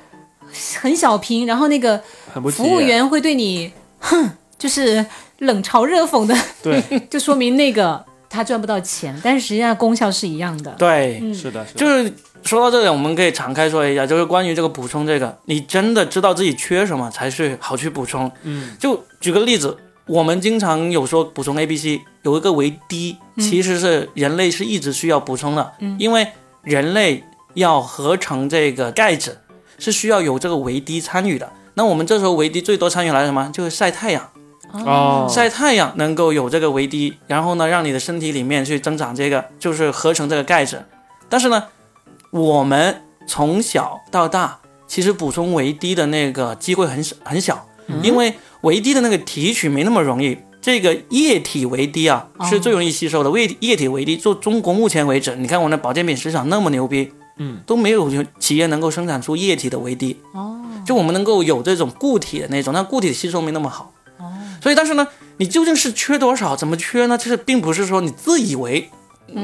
[SPEAKER 2] 很小瓶，然后那个
[SPEAKER 3] 很不起
[SPEAKER 2] 服务员会对你，哼，就是冷嘲热讽的，
[SPEAKER 3] 对，
[SPEAKER 2] 就说明那个他赚不到钱，但是实际上功效是一样的。
[SPEAKER 1] 对，
[SPEAKER 2] 嗯
[SPEAKER 3] 是的，是的，
[SPEAKER 1] 就是说到这里，我们可以敞开说一下，就是关于这个补充这个，你真的知道自己缺什么才是好去补充。
[SPEAKER 3] 嗯，
[SPEAKER 1] 就举个例子，我们经常有说补充 A、B、C，有一个为 D，其实是人类是一直需要补充的，因为人类要合成这个钙质，是需要有这个维 D 参与的。那我们这时候维 D 最多参与来什么？就是晒太阳，
[SPEAKER 3] 哦
[SPEAKER 1] 晒太阳能够有这个维 D，然后呢，让你的身体里面去增长这个，就是合成这个钙质。但是呢，我们从小到大，其实补充维 D 的那个机会很少很小，因为维 D 的那个提取没那么容易。这个液体维 D 啊，
[SPEAKER 2] 哦
[SPEAKER 1] 是最容易吸收的。为液体维 D，做中国目前为止，你看我们的保健品市场那么牛逼，
[SPEAKER 3] 嗯，
[SPEAKER 1] 都没有企业能够生产出液体的维 D。
[SPEAKER 2] 哦，
[SPEAKER 1] 就我们能够有这种固体的那种，但固体的吸收没那么好。哦，所以但是呢，你究竟是缺多少，怎么缺呢？就是并不是说你自以为。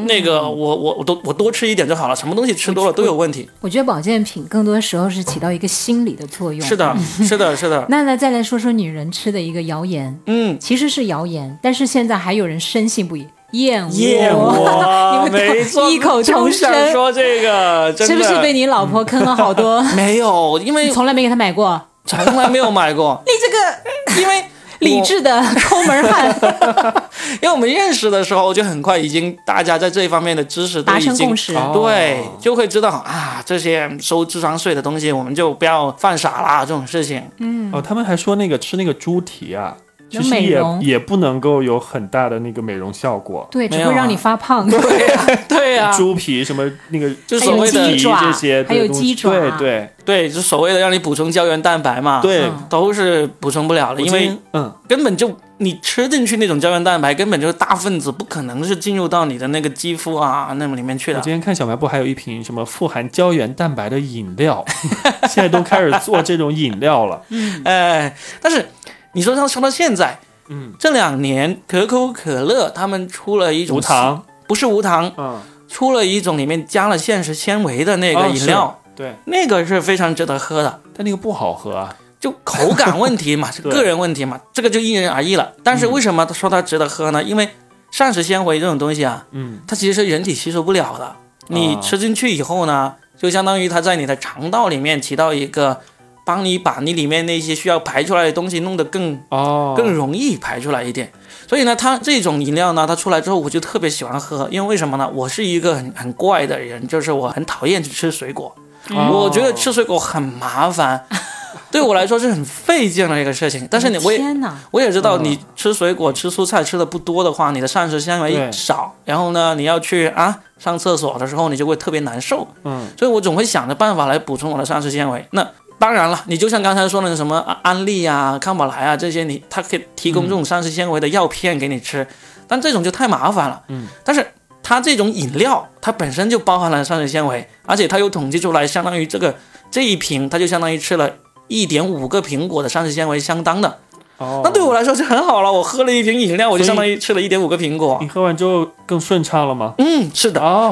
[SPEAKER 1] 那个我我我多我多吃一点就好了，什么东西吃多了都有问题。
[SPEAKER 2] 我觉得保健品更多时候是起到一个心理的作用。
[SPEAKER 1] 是。的，是的，是的，
[SPEAKER 2] 那呢，再来说说女人吃的一个谣言，
[SPEAKER 1] 嗯，
[SPEAKER 2] 其实是谣言，但是现在还有人深信不疑，燕窝，
[SPEAKER 1] 燕窝，
[SPEAKER 2] 你们都
[SPEAKER 1] 没错，
[SPEAKER 2] 异口同
[SPEAKER 1] 就想
[SPEAKER 2] 声，
[SPEAKER 1] 说这个，真
[SPEAKER 2] 是
[SPEAKER 1] 的嗯
[SPEAKER 2] 不是被你老婆坑了好多？
[SPEAKER 1] 没有？因
[SPEAKER 2] 你
[SPEAKER 1] 为
[SPEAKER 2] 从来没给她买过，
[SPEAKER 1] 从来没有买过，
[SPEAKER 2] 你这个
[SPEAKER 1] 因为
[SPEAKER 2] 理
[SPEAKER 1] 我
[SPEAKER 2] 智的抠门 汉，
[SPEAKER 1] 因为我们认识的时候就很快已经大家在这一方面的知识都
[SPEAKER 2] 达
[SPEAKER 1] 已
[SPEAKER 2] 成
[SPEAKER 1] 经
[SPEAKER 2] 共识。
[SPEAKER 3] 哦
[SPEAKER 1] 对，就会知道啊，这些收智商税的东西，我们就不要犯傻啦，这种事情。
[SPEAKER 3] 哦，他们还说那个吃那个猪蹄啊，其
[SPEAKER 2] 能
[SPEAKER 3] 实
[SPEAKER 2] 嗯美
[SPEAKER 3] 也
[SPEAKER 2] 容
[SPEAKER 3] 也不能够有很大的那个美容效果。
[SPEAKER 2] 对，只
[SPEAKER 1] 没有
[SPEAKER 2] 会
[SPEAKER 1] 啊
[SPEAKER 2] 让你发胖。
[SPEAKER 1] 对呀、对呀、
[SPEAKER 3] 猪皮什么那个
[SPEAKER 1] 就
[SPEAKER 2] 啊还
[SPEAKER 1] 所
[SPEAKER 2] 有
[SPEAKER 1] 谓的
[SPEAKER 2] 鸡
[SPEAKER 3] 鸡
[SPEAKER 2] 爪
[SPEAKER 3] 这些，
[SPEAKER 2] 还有
[SPEAKER 3] 对
[SPEAKER 2] 鸡爪
[SPEAKER 3] 对对
[SPEAKER 1] 对，就所谓的让你补充胶原蛋白嘛，，
[SPEAKER 3] 对
[SPEAKER 2] 嗯，
[SPEAKER 1] 都是补充不了的，
[SPEAKER 3] 我
[SPEAKER 1] 因
[SPEAKER 3] 今
[SPEAKER 1] 为
[SPEAKER 3] 天嗯，
[SPEAKER 1] 根本就你吃进去那种胶原蛋白，根本就是大分子，不可能是进入到你的那个肌肤啊那么里面去
[SPEAKER 3] 我
[SPEAKER 1] 的。
[SPEAKER 3] 今天看小卖部还有一瓶什么富含胶原蛋白的饮料， 现在都开始做这种饮料了。
[SPEAKER 1] 哎，但是你说像说到现在
[SPEAKER 3] 嗯，
[SPEAKER 1] 这两年，可口可乐他们出了 一种
[SPEAKER 3] 无，糖，
[SPEAKER 1] 不是无糖，
[SPEAKER 3] 嗯，
[SPEAKER 1] 出了一种里面加了膳食纤维的那
[SPEAKER 3] 哦
[SPEAKER 1] 个饮
[SPEAKER 3] 是
[SPEAKER 1] 料。
[SPEAKER 3] 对，
[SPEAKER 1] 那个是非常值得喝的，
[SPEAKER 3] 但那个不好喝啊。
[SPEAKER 1] 就口感问题嘛，是
[SPEAKER 3] 对
[SPEAKER 1] 个人问题嘛，这个就因人而异了。但是为什么说它值得喝呢？因为膳食纤维这种东西啊，
[SPEAKER 3] 嗯，
[SPEAKER 1] 它其实是人体吸收不了的。你
[SPEAKER 3] 啊
[SPEAKER 1] 吃进去以后呢，就相当于它在你的肠道里面起到一个帮你把你里面那些需要排出来的东西弄得更
[SPEAKER 3] 哦，
[SPEAKER 1] 更容易排出来一点。所以呢，它这种饮料呢，它出来之后我就特别喜欢喝，因为为什么呢？我是一个很很怪的人，就是我很讨厌去吃水果。
[SPEAKER 3] 哦
[SPEAKER 1] 我觉得吃水果很麻 烦，对我来说是很费劲的一个事情。 但是你我也
[SPEAKER 2] 天哪，
[SPEAKER 1] 我也知道，
[SPEAKER 3] 嗯
[SPEAKER 1] 你吃水果、吃蔬菜吃的不多的话，你的膳食纤维
[SPEAKER 3] 对
[SPEAKER 1] 少，然后呢，你要去啊上厕所的时候，你就会特别难受。
[SPEAKER 3] 嗯，
[SPEAKER 1] 所以我总会想着办法来补充我的膳食纤维。那当然了，你就像刚才说的什么啊安利啊、康宝莱啊这些你，它可以提供这种膳食纤维的药片给你吃，但这种就太麻烦了。
[SPEAKER 3] 嗯，
[SPEAKER 1] 但是它这种饮料，它本身就包含了膳食纤维，而且它有统计出来，相当于这个这一瓶，它就相当于吃了。一点五个苹果的膳食纤维相当的，
[SPEAKER 3] 哦，
[SPEAKER 1] 那对我来说就很好了。我喝了一瓶饮料，我就
[SPEAKER 3] 所以
[SPEAKER 1] 相当于吃了一点五个苹果
[SPEAKER 3] 你。喝完之后更顺畅了吗？
[SPEAKER 1] 嗯，是的，
[SPEAKER 3] 哦。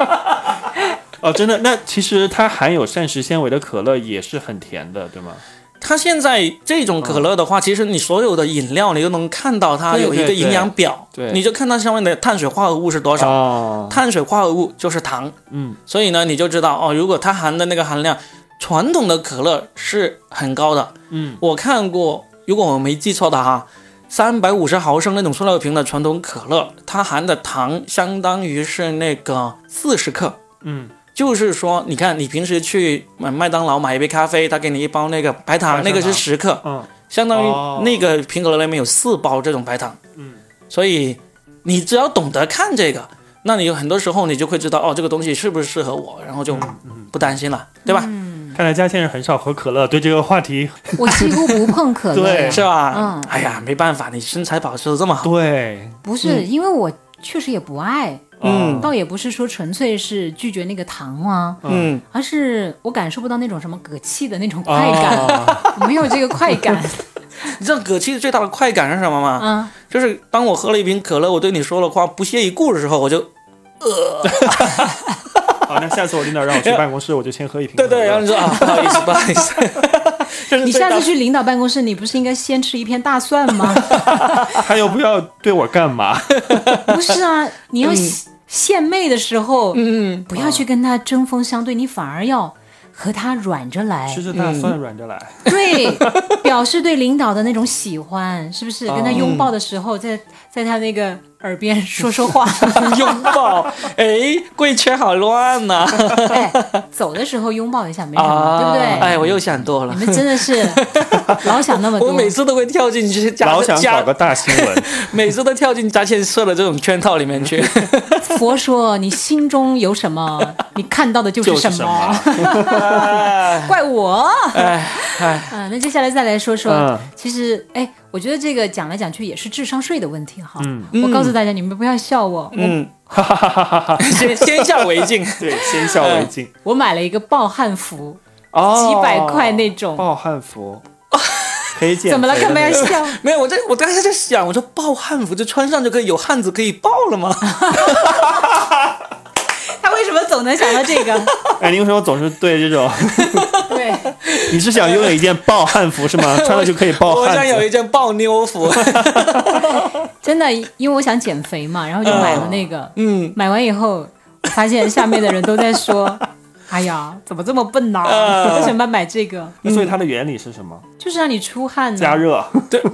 [SPEAKER 3] 哦，真的，那其实它含有膳食纤维的可乐也是很甜的，对吗？
[SPEAKER 1] 它现在这种可乐的话，其实你所有的饮料你都能看到它
[SPEAKER 3] 对
[SPEAKER 1] 有一个
[SPEAKER 3] 对
[SPEAKER 1] 营养表，
[SPEAKER 3] 对
[SPEAKER 1] 你就看它上面的碳水化合物是多少，
[SPEAKER 3] 哦，
[SPEAKER 1] 碳水化合物就是糖，
[SPEAKER 3] 嗯，
[SPEAKER 1] 所以呢你就知道哦，如果它含的那个含量，传统的可乐是很高的，
[SPEAKER 3] 嗯，
[SPEAKER 1] 我看过，如果我没记错的哈。三百五十毫升那种塑料瓶的传统可乐，它含的糖相当于是那个四十克，
[SPEAKER 3] 嗯，
[SPEAKER 1] 就是说，你看你平时去买麦当劳买一杯咖啡，他给你一包那个白糖，
[SPEAKER 3] 白糖
[SPEAKER 1] 那个是十克，
[SPEAKER 3] 嗯，
[SPEAKER 1] 相当
[SPEAKER 3] 哦
[SPEAKER 1] 于那个苹果乐里面有四包这种白糖。
[SPEAKER 3] 嗯，
[SPEAKER 1] 所以你只要懂得看这个，那你有很多时候你就会知道哦，这个东西适不是适合我，然后就
[SPEAKER 3] 嗯
[SPEAKER 1] 不担心了，对
[SPEAKER 2] 嗯
[SPEAKER 1] 吧？
[SPEAKER 3] 看来佳先生很少喝可乐，对这个话题，
[SPEAKER 2] 我几乎不碰 可乐。
[SPEAKER 3] 对
[SPEAKER 1] 是吧？
[SPEAKER 2] 嗯
[SPEAKER 1] 哎呀，没办法，你身材保持的这么好，
[SPEAKER 3] 对，
[SPEAKER 2] 不是因为我确实也不爱，
[SPEAKER 3] 哦
[SPEAKER 1] 嗯
[SPEAKER 2] 倒也不是说纯粹是拒绝那个糖啊，
[SPEAKER 1] 嗯，
[SPEAKER 2] 而是我感受不到那种什么嗝气的那
[SPEAKER 1] 啊
[SPEAKER 2] 种
[SPEAKER 3] 哦
[SPEAKER 2] 快感，我没有这个快 感
[SPEAKER 1] 你知道嗝气最大的快感是什么吗？
[SPEAKER 2] 啊。
[SPEAKER 1] 就是当我喝了一瓶可乐，我对你说了话不屑一顾的时候，我就
[SPEAKER 3] 嗯好，那下次我领导让我去办公室，我就先喝一瓶可
[SPEAKER 1] 对
[SPEAKER 3] 乐。
[SPEAKER 1] 对，然后你说啊，不好意思，不好意思，这是
[SPEAKER 2] 你
[SPEAKER 1] 最
[SPEAKER 2] 下
[SPEAKER 1] 大
[SPEAKER 2] 次去领导办公室，你不是应该先吃一片大蒜 吗？
[SPEAKER 3] 他又不要对我 干嘛？
[SPEAKER 2] 嗯不是啊，
[SPEAKER 1] 嗯
[SPEAKER 2] 你要献献媚的时候，嗯，不要去跟他针锋相对，你反而要和他软着来
[SPEAKER 3] 吃，着大蒜软着来。
[SPEAKER 1] 哦
[SPEAKER 2] 对，表示对领导的那种喜欢，是不是？跟他拥抱的时候，在在他那个耳边说说话。
[SPEAKER 1] 拥抱，哎，贵圈好乱呐、
[SPEAKER 2] 哎，走的时候拥抱一下没什么，
[SPEAKER 1] 啊，
[SPEAKER 2] 对不对？
[SPEAKER 1] 哎，我又想多了
[SPEAKER 2] 你。们真的是老想那么
[SPEAKER 1] 我
[SPEAKER 2] 多。
[SPEAKER 1] 每次都会跳进去加
[SPEAKER 3] 老想搞
[SPEAKER 1] 加，
[SPEAKER 3] 个大新闻，
[SPEAKER 1] 每次都跳进加签社的这种圈套里面 去。
[SPEAKER 2] 佛说你心中有什么，你看到的就是
[SPEAKER 3] 就是
[SPEAKER 2] 什
[SPEAKER 3] 什
[SPEAKER 2] 么。
[SPEAKER 3] 么？
[SPEAKER 2] 怪我。
[SPEAKER 1] 哎
[SPEAKER 2] 啊，那接下来再来说说，
[SPEAKER 3] 嗯
[SPEAKER 2] 其实哎，我觉得这个讲来讲去也是智商税的问题哈。
[SPEAKER 3] 嗯
[SPEAKER 2] 我告诉大家，你们不要笑我，
[SPEAKER 1] 嗯， 先先下为敬。
[SPEAKER 3] 对，先笑为敬。
[SPEAKER 2] 我买了一个暴汗服，
[SPEAKER 3] 哦，
[SPEAKER 2] 嗯几百块那种
[SPEAKER 1] 哦
[SPEAKER 3] 暴汗服，可以减
[SPEAKER 2] 哦怎么了？
[SPEAKER 3] 肥的
[SPEAKER 2] 干嘛要
[SPEAKER 3] 那种
[SPEAKER 2] 笑？
[SPEAKER 1] 没有，我在我当时在想，我说爆汉服就穿上就可以有汉子可以爆了吗？
[SPEAKER 2] 他为什么总能想到这 个？
[SPEAKER 3] 哎，你为什么总是对这种？
[SPEAKER 2] 对，
[SPEAKER 3] 你是想拥有一件暴汗服是吗？穿了就可以暴
[SPEAKER 1] 我 想
[SPEAKER 3] 汗
[SPEAKER 1] 有
[SPEAKER 3] 服。
[SPEAKER 1] 一件爆妞 服。
[SPEAKER 2] 真的，因为我想减肥嘛，然后就买了那个。
[SPEAKER 1] 嗯，
[SPEAKER 2] 买完以后，我发现下面的人都 在说：“哎呀，怎么这么笨呐、
[SPEAKER 1] 嗯
[SPEAKER 2] 为什么买这个？
[SPEAKER 3] 所以它的原理是什么？
[SPEAKER 2] 就是让你出汗、
[SPEAKER 3] 加，热。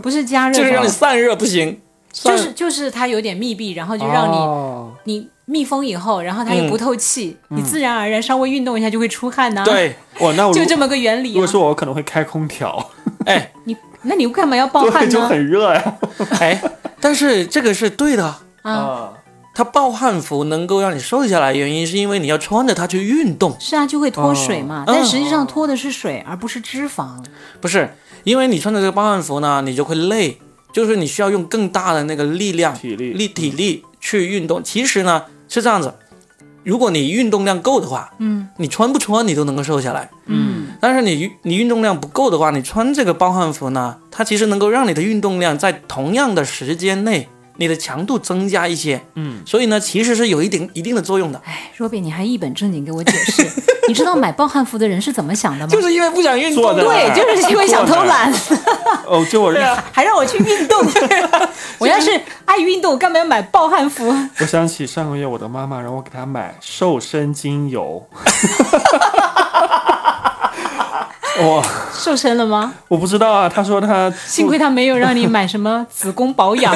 [SPEAKER 2] 不是加热，
[SPEAKER 1] 就是让你散热不行，
[SPEAKER 2] 就
[SPEAKER 1] 散
[SPEAKER 2] 是就是它有点密闭，然后就让你、
[SPEAKER 3] 哦
[SPEAKER 2] 你密封以后，然后它又不透气，你自然而然稍微运动一下就会出汗呐、，
[SPEAKER 1] 对。
[SPEAKER 3] 哇，那我
[SPEAKER 2] 就
[SPEAKER 3] 如
[SPEAKER 2] 这么个原理、啊。
[SPEAKER 3] 如果是我，我可能会开空调，
[SPEAKER 1] 哎
[SPEAKER 2] 你，那你干嘛要暴
[SPEAKER 3] 对，
[SPEAKER 2] 汗
[SPEAKER 3] 就
[SPEAKER 2] 呢？
[SPEAKER 3] 很热呀。
[SPEAKER 1] 哎，但是这个是对的。
[SPEAKER 3] 哦
[SPEAKER 2] 啊，
[SPEAKER 1] 它爆汗服能够让你瘦下来，原因是因为你要穿着它去运动，
[SPEAKER 2] 是啊，就会脱水嘛，
[SPEAKER 1] 嗯
[SPEAKER 2] 但实际上脱的是水，而不是脂肪。
[SPEAKER 1] 不是因为你穿着这个爆汗服呢，你就会累，就是你需要用更大的那个力量、
[SPEAKER 3] 体力
[SPEAKER 1] 力体力去运动。其实呢是这样子，如果你运动量够的话，
[SPEAKER 2] 嗯
[SPEAKER 1] 你穿不穿你都能够瘦下来。
[SPEAKER 2] 嗯，
[SPEAKER 1] 但是你运你运动量不够的话，你穿这个暴汗服呢，它其实能够让你的运动量在同样的时间内，你的强度增加一些。
[SPEAKER 3] 嗯，
[SPEAKER 1] 所以呢，其实是有一定一定的作用的，
[SPEAKER 2] 哎，若比，你还一本正经给我解释，你知道买暴汗服的人是怎么想的吗？
[SPEAKER 1] 就是因为不想运
[SPEAKER 3] 坐
[SPEAKER 1] 动
[SPEAKER 3] 在那
[SPEAKER 1] 啊。
[SPEAKER 3] 儿
[SPEAKER 2] 对，就是因为想偷懒，
[SPEAKER 3] 哦，就我
[SPEAKER 1] 啊
[SPEAKER 2] 还让我去运动。我要是爱运动，我干嘛要买暴汗服？
[SPEAKER 3] 我想起上个月我的妈妈让我给她买瘦身 精油。我
[SPEAKER 2] 瘦身了吗？
[SPEAKER 3] 我不知道啊，她说她
[SPEAKER 2] 幸亏他没有让你买什么子宫保 养、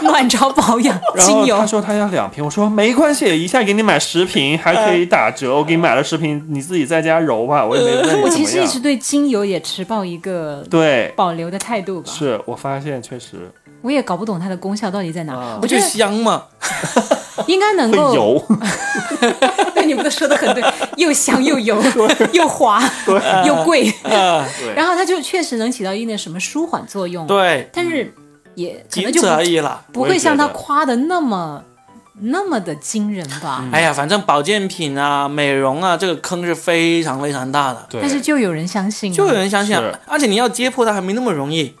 [SPEAKER 2] 卵巢保养
[SPEAKER 3] 然
[SPEAKER 2] 精
[SPEAKER 3] 后
[SPEAKER 2] 油
[SPEAKER 3] 她。说她要两瓶，我说没关系，一下给你买十瓶，还可以打折。 我给你买了十瓶，你自己在家揉吧，我也没问你怎
[SPEAKER 2] 呃
[SPEAKER 3] 么
[SPEAKER 2] 我
[SPEAKER 3] 样。
[SPEAKER 2] 其实一直对精油也持抱一个
[SPEAKER 3] 对，
[SPEAKER 2] 保留的态度吧，
[SPEAKER 3] 是我发现确实
[SPEAKER 2] 我也搞不懂它的功效到底在哪。我
[SPEAKER 1] 不
[SPEAKER 2] 觉
[SPEAKER 1] 就
[SPEAKER 2] 得
[SPEAKER 1] 香吗？
[SPEAKER 2] 应该能
[SPEAKER 3] 啊会
[SPEAKER 2] 够，
[SPEAKER 3] 油，
[SPEAKER 2] 对 你们都说的 很对，又香又油又滑又贵，
[SPEAKER 1] 啊，
[SPEAKER 3] 对
[SPEAKER 2] 然后它就确实能起到一定的什么舒缓作用，
[SPEAKER 1] 对，
[SPEAKER 2] 但是
[SPEAKER 3] 嗯
[SPEAKER 2] 也可
[SPEAKER 1] 仅
[SPEAKER 2] 能就
[SPEAKER 3] 啊
[SPEAKER 1] 此而
[SPEAKER 2] 不
[SPEAKER 1] 已啦。
[SPEAKER 2] 不
[SPEAKER 3] 我也
[SPEAKER 2] 会
[SPEAKER 3] 觉
[SPEAKER 2] 像他
[SPEAKER 3] 得
[SPEAKER 2] 夸的那么那么的惊人吧。
[SPEAKER 3] 嗯
[SPEAKER 1] 哎呀，反正保健品啊、美容啊，这个坑是非常非常大的，
[SPEAKER 3] 对
[SPEAKER 2] 但是就有人相信啊，
[SPEAKER 1] 就有人相信啊
[SPEAKER 3] 是，
[SPEAKER 1] 而且你要揭破它还没那么容易。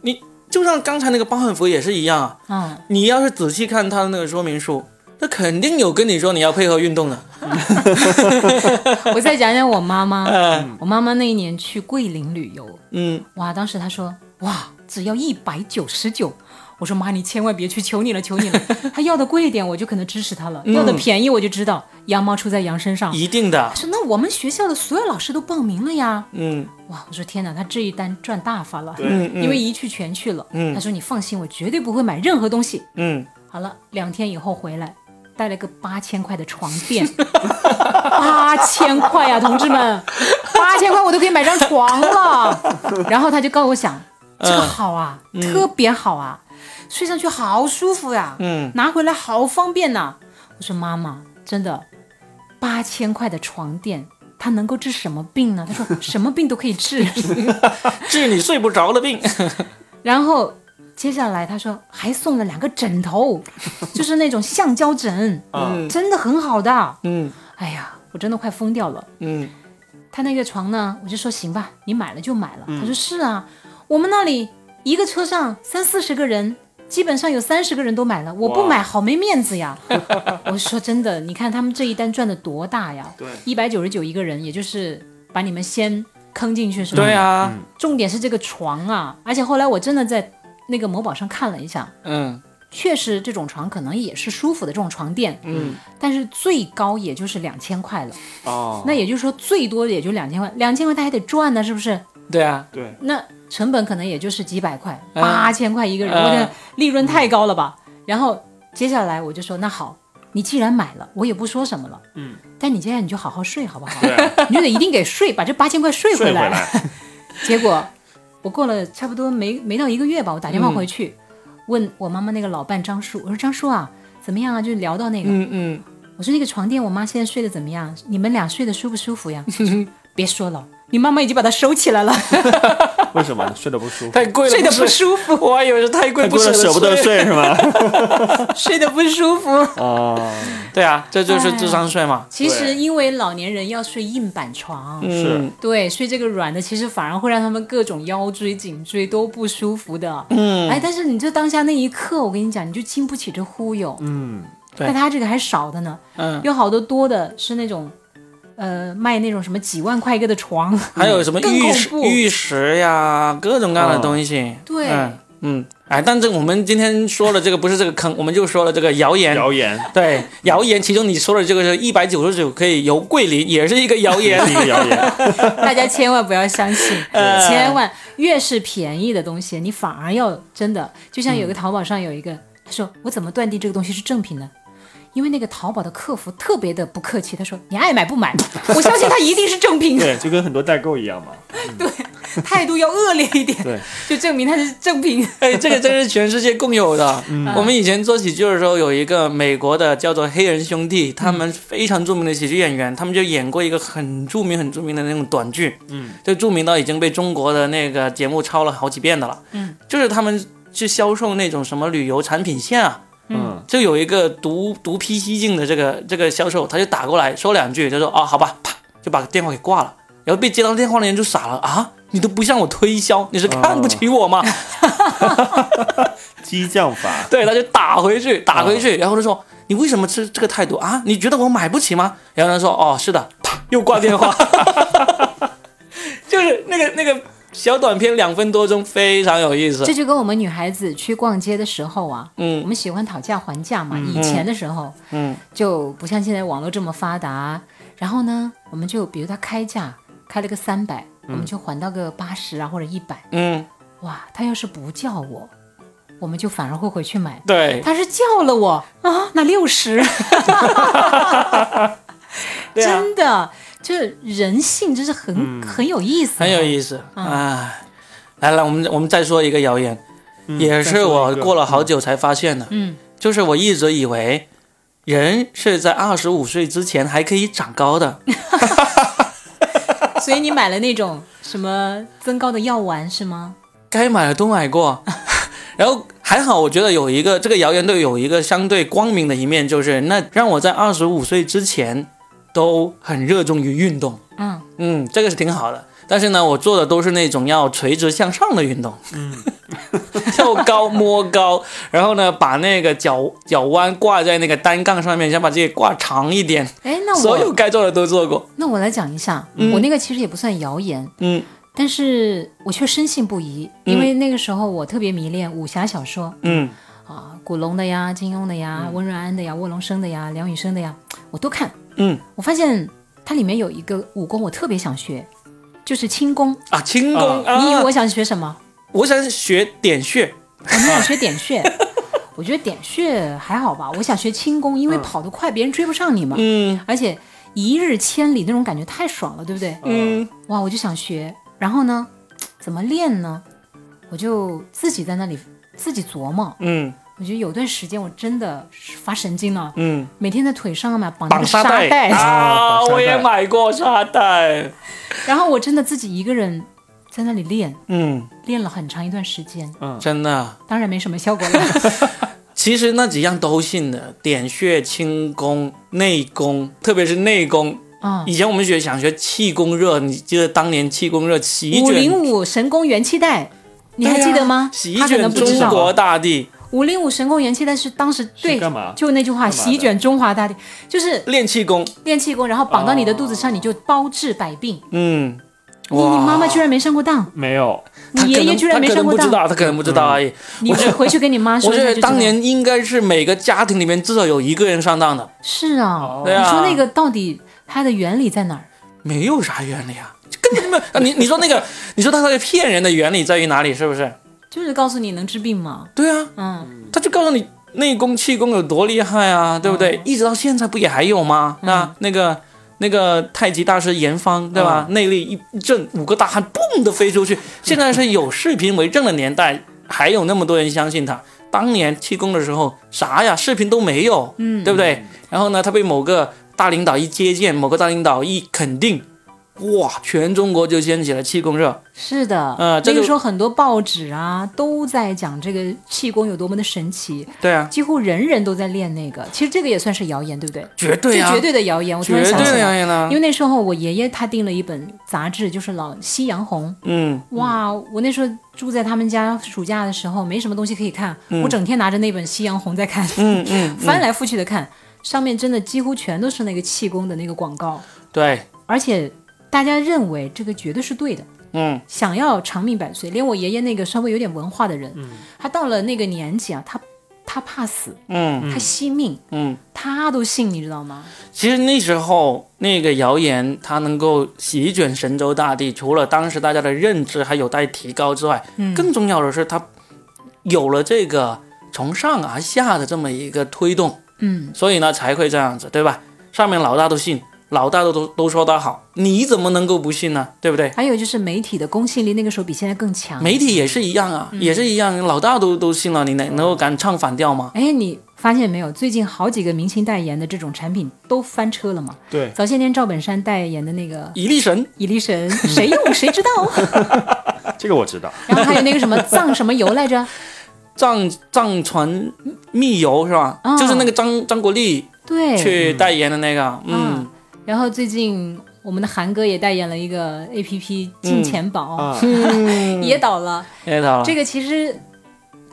[SPEAKER 1] 你就像刚才那个包汉服也是一样啊，
[SPEAKER 2] 嗯，
[SPEAKER 1] 你要是仔细看它的那个说明书，那肯定有跟你说你要配合运动的。
[SPEAKER 2] 我再讲讲我妈妈，
[SPEAKER 1] 嗯
[SPEAKER 2] 我妈妈那一年去桂林旅游，
[SPEAKER 1] 嗯，
[SPEAKER 2] 哇，当时她说，哇，只要一百九十九。我说妈，你千万别去，求你了，求 你了。她要的贵一点，我就可能支持她了；
[SPEAKER 1] 嗯
[SPEAKER 2] 要的便宜，我就知道羊毛出在羊身上。
[SPEAKER 1] 一定的
[SPEAKER 2] 她。说那我们学校的所有老师都报名了呀。
[SPEAKER 1] 嗯
[SPEAKER 2] 哇，我说天哪，她这一单赚大发了，
[SPEAKER 1] 嗯嗯
[SPEAKER 2] 因为一去全去了。
[SPEAKER 1] 嗯
[SPEAKER 2] 她说你放心，我绝对不会买任何东西。
[SPEAKER 1] 嗯，
[SPEAKER 2] 好了，两天以后回来，带了个八千块的床垫， 八千块呀、同志们，八千块我都可以买张床了。然后他就告我讲，这个好啊，特别好啊，睡上去好舒服呀、
[SPEAKER 1] 嗯，
[SPEAKER 2] 拿回来好方便呐、我说妈妈，真的，八千块的床垫。它能够治什么病呢？他说什么病都可以治。
[SPEAKER 1] 治你睡不着的病。
[SPEAKER 2] 然后接下来他说还送了两个枕头，就是那种橡胶枕。
[SPEAKER 1] 嗯
[SPEAKER 2] 真的很好的。
[SPEAKER 1] 嗯
[SPEAKER 2] 哎呀，我真的快疯掉了。
[SPEAKER 1] 嗯
[SPEAKER 2] 他那个床呢，我就说行吧，你买了就买
[SPEAKER 1] 嗯
[SPEAKER 2] 了。他说是啊，我们那里一个车上三四十个人。基本上有三十个人都买了，我不买好没面 子呀！我说真的，你看他们这一单赚的多大呀？
[SPEAKER 3] 对
[SPEAKER 2] 一百九十九一个人，也就是把你们先坑进去是吧？
[SPEAKER 1] 对啊，
[SPEAKER 2] 重点是这个床啊，而且后来我真的在那个某宝上看了一下，
[SPEAKER 1] 嗯
[SPEAKER 2] 确实这种床可能也是舒服的这种床垫，
[SPEAKER 1] 嗯，
[SPEAKER 2] 但是最高也就是两千块了。
[SPEAKER 3] 哦，
[SPEAKER 2] 那也就是说，最多也就两千块，两千块他还得赚呢，是不是？
[SPEAKER 1] 对啊，
[SPEAKER 3] 对
[SPEAKER 2] 那成本可能也就是几百块，
[SPEAKER 1] 嗯
[SPEAKER 2] 八千块一个人，
[SPEAKER 1] 嗯
[SPEAKER 2] 我的利润太高了吧？然后接下来我就说，那好，你既然买了，我也不说什么了，
[SPEAKER 3] 嗯，
[SPEAKER 2] 但你接下来你就好好睡好不好？
[SPEAKER 3] 对，
[SPEAKER 2] 你就得一定给睡，把这八千块睡
[SPEAKER 3] 睡
[SPEAKER 2] 回
[SPEAKER 3] 回
[SPEAKER 2] 来。
[SPEAKER 3] 来，
[SPEAKER 2] 结果我过了差不多没没到一个月吧，我打电
[SPEAKER 3] 嗯
[SPEAKER 2] 话回去、问我妈妈那个老伴张叔，我说张叔啊，怎么样啊？就聊到那个，
[SPEAKER 1] 嗯嗯，
[SPEAKER 2] 我说那个床垫，我妈现在睡得怎么样？你们俩睡得舒不舒服呀？ 别说了，你妈妈已经把它收起来了，
[SPEAKER 3] 为什么呢？睡得不舒服，
[SPEAKER 1] 太贵了，
[SPEAKER 2] 睡得不
[SPEAKER 1] 不舍
[SPEAKER 2] 舒服，
[SPEAKER 1] 我还以为是太贵，
[SPEAKER 3] 太贵了，舍
[SPEAKER 1] 舍
[SPEAKER 3] 不得
[SPEAKER 1] 睡。
[SPEAKER 3] 睡是吗？
[SPEAKER 2] 睡得不舒服。
[SPEAKER 3] 啊，
[SPEAKER 1] 对啊，这
[SPEAKER 2] 哎
[SPEAKER 1] 就是智商税嘛。
[SPEAKER 2] 其实因为老年人要睡硬板床，
[SPEAKER 3] 是
[SPEAKER 1] 嗯，
[SPEAKER 2] 对，睡这个软的，其实反而会让他们各种腰椎、颈椎都不舒服的。嗯，哎，但是你就当下那一刻，我跟你讲，你就经不起这忽悠。
[SPEAKER 3] 嗯，
[SPEAKER 1] 对
[SPEAKER 2] 那他这个还少的呢，
[SPEAKER 1] 嗯，
[SPEAKER 2] 有好多多的是那种，呃，卖那种什么几万块一个的床，
[SPEAKER 1] 还有什么
[SPEAKER 2] 更
[SPEAKER 1] 玉
[SPEAKER 2] 恐
[SPEAKER 1] 石、
[SPEAKER 2] 怖
[SPEAKER 1] 玉石呀，各种各样的东西。
[SPEAKER 2] 对
[SPEAKER 1] 嗯嗯，哎，但是我们今天说的这个不是这个坑，我们就说了这个谣言。
[SPEAKER 3] 谣言，
[SPEAKER 1] 对，谣言，其中你说的这个是一百九十九可以游桂林，也是一个谣言。
[SPEAKER 3] 第 一个谣 言，
[SPEAKER 2] 大家千万不要相信，
[SPEAKER 1] 呃
[SPEAKER 2] 千万越是便宜的东西，你反而要真的，就像有个淘宝上有一
[SPEAKER 3] 嗯
[SPEAKER 2] 个，他说我怎么断定这个东西是正品呢？因为那个淘宝的客服特别的不客气，他说你爱买不买， 我相信他一定是正品，
[SPEAKER 3] 对，就跟很多代购一样嘛，
[SPEAKER 2] 态度要恶劣一点，
[SPEAKER 3] 对，
[SPEAKER 2] 就证明他是正品。
[SPEAKER 1] 哎，这个真是全世界共有的。
[SPEAKER 2] 嗯
[SPEAKER 1] 我们以前做喜剧的时候，有一个美国的叫做黑人兄弟，
[SPEAKER 2] 嗯
[SPEAKER 1] 他们非常著名的喜剧演员，他们就演过一个很著名、很著名的那种短剧，
[SPEAKER 3] 嗯，
[SPEAKER 1] 就著名到已经被中国的那个节目抄了好几遍的了。
[SPEAKER 2] 嗯，
[SPEAKER 1] 就是他们去销售那种什么旅游产品线啊，
[SPEAKER 3] 嗯，
[SPEAKER 1] 就有一个独独辟蹊径的这个这个销售，他就打过来说两句，就说啊、好吧，啪就把电话给挂了。然后被接到电话的人就傻了啊，你都不向我推销，你是看不起我吗？
[SPEAKER 3] 激将法，
[SPEAKER 1] 对，他就打回去，打回去，然后他说你为什么是这个态度啊？你觉得我买不起吗？然后他说哦是的，啪又挂电话， 就是那个那个小短片两分多钟，非常有意思
[SPEAKER 2] 这。就跟我们女孩子去逛街的时候啊，我
[SPEAKER 1] 嗯
[SPEAKER 2] 们喜欢讨价还价嘛。以前的时候，
[SPEAKER 1] 嗯，
[SPEAKER 2] 就不像现在网络这么发达。然后呢，我们就比如他开价开了个三百、我们就还到个八十啊或者一百。
[SPEAKER 1] 嗯，
[SPEAKER 2] 哇，他要是不叫我，我们就反而会回去买。
[SPEAKER 1] 对，
[SPEAKER 2] 他是叫了我啊，那六十、
[SPEAKER 1] 对啊，
[SPEAKER 2] 真的，就是人性，真是很、很有意
[SPEAKER 1] 嗯
[SPEAKER 2] 思、
[SPEAKER 1] 很有意思啊。来来，我们我们再说一个谣言，
[SPEAKER 3] 嗯
[SPEAKER 1] 也是我过了，好
[SPEAKER 3] 再说一个
[SPEAKER 1] 久才发现的。
[SPEAKER 2] 嗯，
[SPEAKER 1] 就是我一直以为人是在二十五岁之前还可以长高 的，
[SPEAKER 2] 思。所以你买了那种什么增高的药丸是吗？
[SPEAKER 1] 该买的都买过， 然后还好，我觉得有一个这个谣言对有一个相对光明的一面，就是那让我在二十五岁之前都很热衷于运动，
[SPEAKER 2] 嗯，
[SPEAKER 1] 嗯，这个是挺好的。但是呢，我做的都是那种要垂直向上的运动， 嗯，跳高、摸高，然后呢，把那个脚脚弯挂在那个单杠上面，想把自己挂长一点，
[SPEAKER 2] 哎，那我
[SPEAKER 1] 所有该做的都做过，
[SPEAKER 2] 那我来讲一下，我那个其实也不算谣言，
[SPEAKER 1] 嗯
[SPEAKER 2] 但是我却深信不疑，因为那个时候我特别迷恋武侠小说
[SPEAKER 1] 嗯
[SPEAKER 2] 啊，古龙的呀、金庸的呀、温润安的呀、卧龙生的呀、梁羽生的呀，我都看。
[SPEAKER 1] 嗯
[SPEAKER 2] 我发现它里面有一个武功我特别想学，就是轻功。
[SPEAKER 1] 啊，轻功啊，
[SPEAKER 2] 你以为我想学 什么？
[SPEAKER 1] 我想学点穴，
[SPEAKER 2] 我们想学点穴。 我觉得点穴还好吧，我想学轻功，因为跑得快，别人追不上你嘛，
[SPEAKER 1] 嗯
[SPEAKER 2] 而且一日千里那种感觉太爽了，对不对？
[SPEAKER 1] 嗯
[SPEAKER 2] 哇，我就想学，然后呢，怎么练呢？我就自己在那里自己琢磨。
[SPEAKER 1] 嗯
[SPEAKER 2] 我觉得有段时间我真的是发神经了，
[SPEAKER 1] 嗯。
[SPEAKER 2] 每天在腿上嘛绑那
[SPEAKER 1] 绑
[SPEAKER 2] 个沙
[SPEAKER 1] 带
[SPEAKER 2] 袋，
[SPEAKER 3] 啊
[SPEAKER 1] 啊，
[SPEAKER 3] 绑沙袋
[SPEAKER 1] 我也买过沙袋，
[SPEAKER 2] 然后我真的自己一个人在那里练，
[SPEAKER 1] 嗯，
[SPEAKER 2] 练了很长一段时间，
[SPEAKER 3] 嗯，
[SPEAKER 1] 真的。啊
[SPEAKER 2] 当然没什么效果了。
[SPEAKER 1] 其实那几样都信的，点穴、轻功、内功，特别是内功。
[SPEAKER 2] 啊、
[SPEAKER 1] 以前我们学想学气功热，你记得当年气功热席
[SPEAKER 2] 五零
[SPEAKER 1] 卷，
[SPEAKER 2] 五神功元气带，你还
[SPEAKER 1] 对啊
[SPEAKER 2] 记得吗？
[SPEAKER 1] 席
[SPEAKER 2] 他可
[SPEAKER 1] 卷
[SPEAKER 2] 能不知
[SPEAKER 1] 中
[SPEAKER 2] 道。
[SPEAKER 1] 国大地，
[SPEAKER 2] 五零五神功元气带是当时对
[SPEAKER 3] 是干嘛
[SPEAKER 2] 就那句话，
[SPEAKER 3] 干嘛的
[SPEAKER 2] 席卷中华大地，就是
[SPEAKER 1] 练气功。
[SPEAKER 2] 练气功，然后绑到你的肚子上，你就包治百病。
[SPEAKER 1] 嗯，
[SPEAKER 2] 你你妈妈居然没上过当，
[SPEAKER 3] 没有，
[SPEAKER 1] 他
[SPEAKER 2] 你爷
[SPEAKER 1] 可
[SPEAKER 2] 爷
[SPEAKER 1] 能
[SPEAKER 2] 居然没
[SPEAKER 1] 他可
[SPEAKER 2] 上
[SPEAKER 1] 能
[SPEAKER 2] 过
[SPEAKER 1] 不知
[SPEAKER 2] 当，
[SPEAKER 1] 道，他可能不知道而已。
[SPEAKER 2] 你回回去跟你妈
[SPEAKER 1] 我
[SPEAKER 2] 说一
[SPEAKER 1] 觉
[SPEAKER 2] 下
[SPEAKER 1] 得
[SPEAKER 2] 就知道。
[SPEAKER 1] 当年应该是每个家庭里面至少有一个人上当的，
[SPEAKER 2] 是啊，
[SPEAKER 1] 对啊
[SPEAKER 2] 你说那个到底它的原理在哪儿？
[SPEAKER 1] 没有啥原理啊，根本没有，你你说那个，你说他在骗人的原理在于哪里？是不是？
[SPEAKER 2] 就是告诉你能治病嘛。
[SPEAKER 1] 对啊，
[SPEAKER 2] 嗯，
[SPEAKER 1] 他就告诉你内功气功有多厉害
[SPEAKER 2] 哦
[SPEAKER 1] 啊，对不对？一直到现在不也还有吗？
[SPEAKER 2] 嗯
[SPEAKER 1] 那那个那个太极大师严方，对
[SPEAKER 2] 嗯
[SPEAKER 1] 吧？内力一震，五个大汉嘣的飞出去。现在是有视频为证的年代，还有那么多人相信他。当年气功的时候，啥呀，视频都没有，嗯，对不对？然后呢，他被某个大领导一接见，某个大领导一肯定，哇，全中国就掀起了气功热。
[SPEAKER 2] 是的。
[SPEAKER 1] 呃这
[SPEAKER 2] 那个
[SPEAKER 1] 就
[SPEAKER 2] 时候很多报纸啊都在讲这个气功有多么的神奇，
[SPEAKER 1] 对啊，
[SPEAKER 2] 几乎人人都在练那个。其实这个也算是谣言，对不对？
[SPEAKER 1] 绝对啊，
[SPEAKER 2] 这绝对的谣言。我突
[SPEAKER 1] 绝
[SPEAKER 2] 然
[SPEAKER 1] 对
[SPEAKER 2] 想起
[SPEAKER 1] 的啊
[SPEAKER 2] 来，
[SPEAKER 1] 呀呀呢
[SPEAKER 2] 因，为那时候我爷爷他订了一本杂志，就是老《夕阳红》。
[SPEAKER 1] 嗯。
[SPEAKER 2] 哇，我那时候住在他们家，暑假的时候没什么东西可以看，我整天拿着那本《夕阳红》在看，
[SPEAKER 1] 嗯嗯
[SPEAKER 2] 翻来覆去的看，上面真的几乎全都是那个气功的那个广告，
[SPEAKER 1] 对，
[SPEAKER 2] 而且大家认为这个绝对是对的。
[SPEAKER 1] 嗯，
[SPEAKER 2] 想要长命百岁，连我爷爷那个稍微有点文化的人，他到了那个年纪啊，他他怕死，
[SPEAKER 1] 嗯
[SPEAKER 2] 他惜命，
[SPEAKER 1] 嗯，
[SPEAKER 2] 他都信，你知道吗？
[SPEAKER 1] 其实那时候那个谣言它能够席卷神州大地，除了当时大家的认知还有待提高之外，
[SPEAKER 2] 嗯
[SPEAKER 1] 更重要的是它有了这个从上而下的这么一个推动，
[SPEAKER 2] 嗯，
[SPEAKER 1] 所以呢才会这样子，对吧？上面老大都信，老大都都都说他好，你怎么能够不信呢？对不对？
[SPEAKER 2] 还有就是媒体的公信力那个时候比现在更强，
[SPEAKER 1] 媒体也是一样啊，也是一样，老大都都信了，你能能够敢唱反调吗？
[SPEAKER 2] 哎，你发现没有？最近好几个明星代言的这种产品都翻车了嘛？
[SPEAKER 3] 对，
[SPEAKER 2] 早些年赵本山代言的那个
[SPEAKER 1] 一力神，
[SPEAKER 2] 伊力神，谁用谁知道。啊
[SPEAKER 3] 这个我知道。
[SPEAKER 2] 然后还有那个什么藏什么油来着？
[SPEAKER 1] 藏藏传密油是吧？
[SPEAKER 2] 嗯
[SPEAKER 1] 就是那个张张国立
[SPEAKER 2] 对，
[SPEAKER 1] 去代言的那个，嗯
[SPEAKER 2] 哎嗯，然后最近我们的韩哥也代言了一个 A P P 金钱宝，
[SPEAKER 3] 啊，
[SPEAKER 2] 也倒了。
[SPEAKER 1] 那套了
[SPEAKER 2] 这个其实。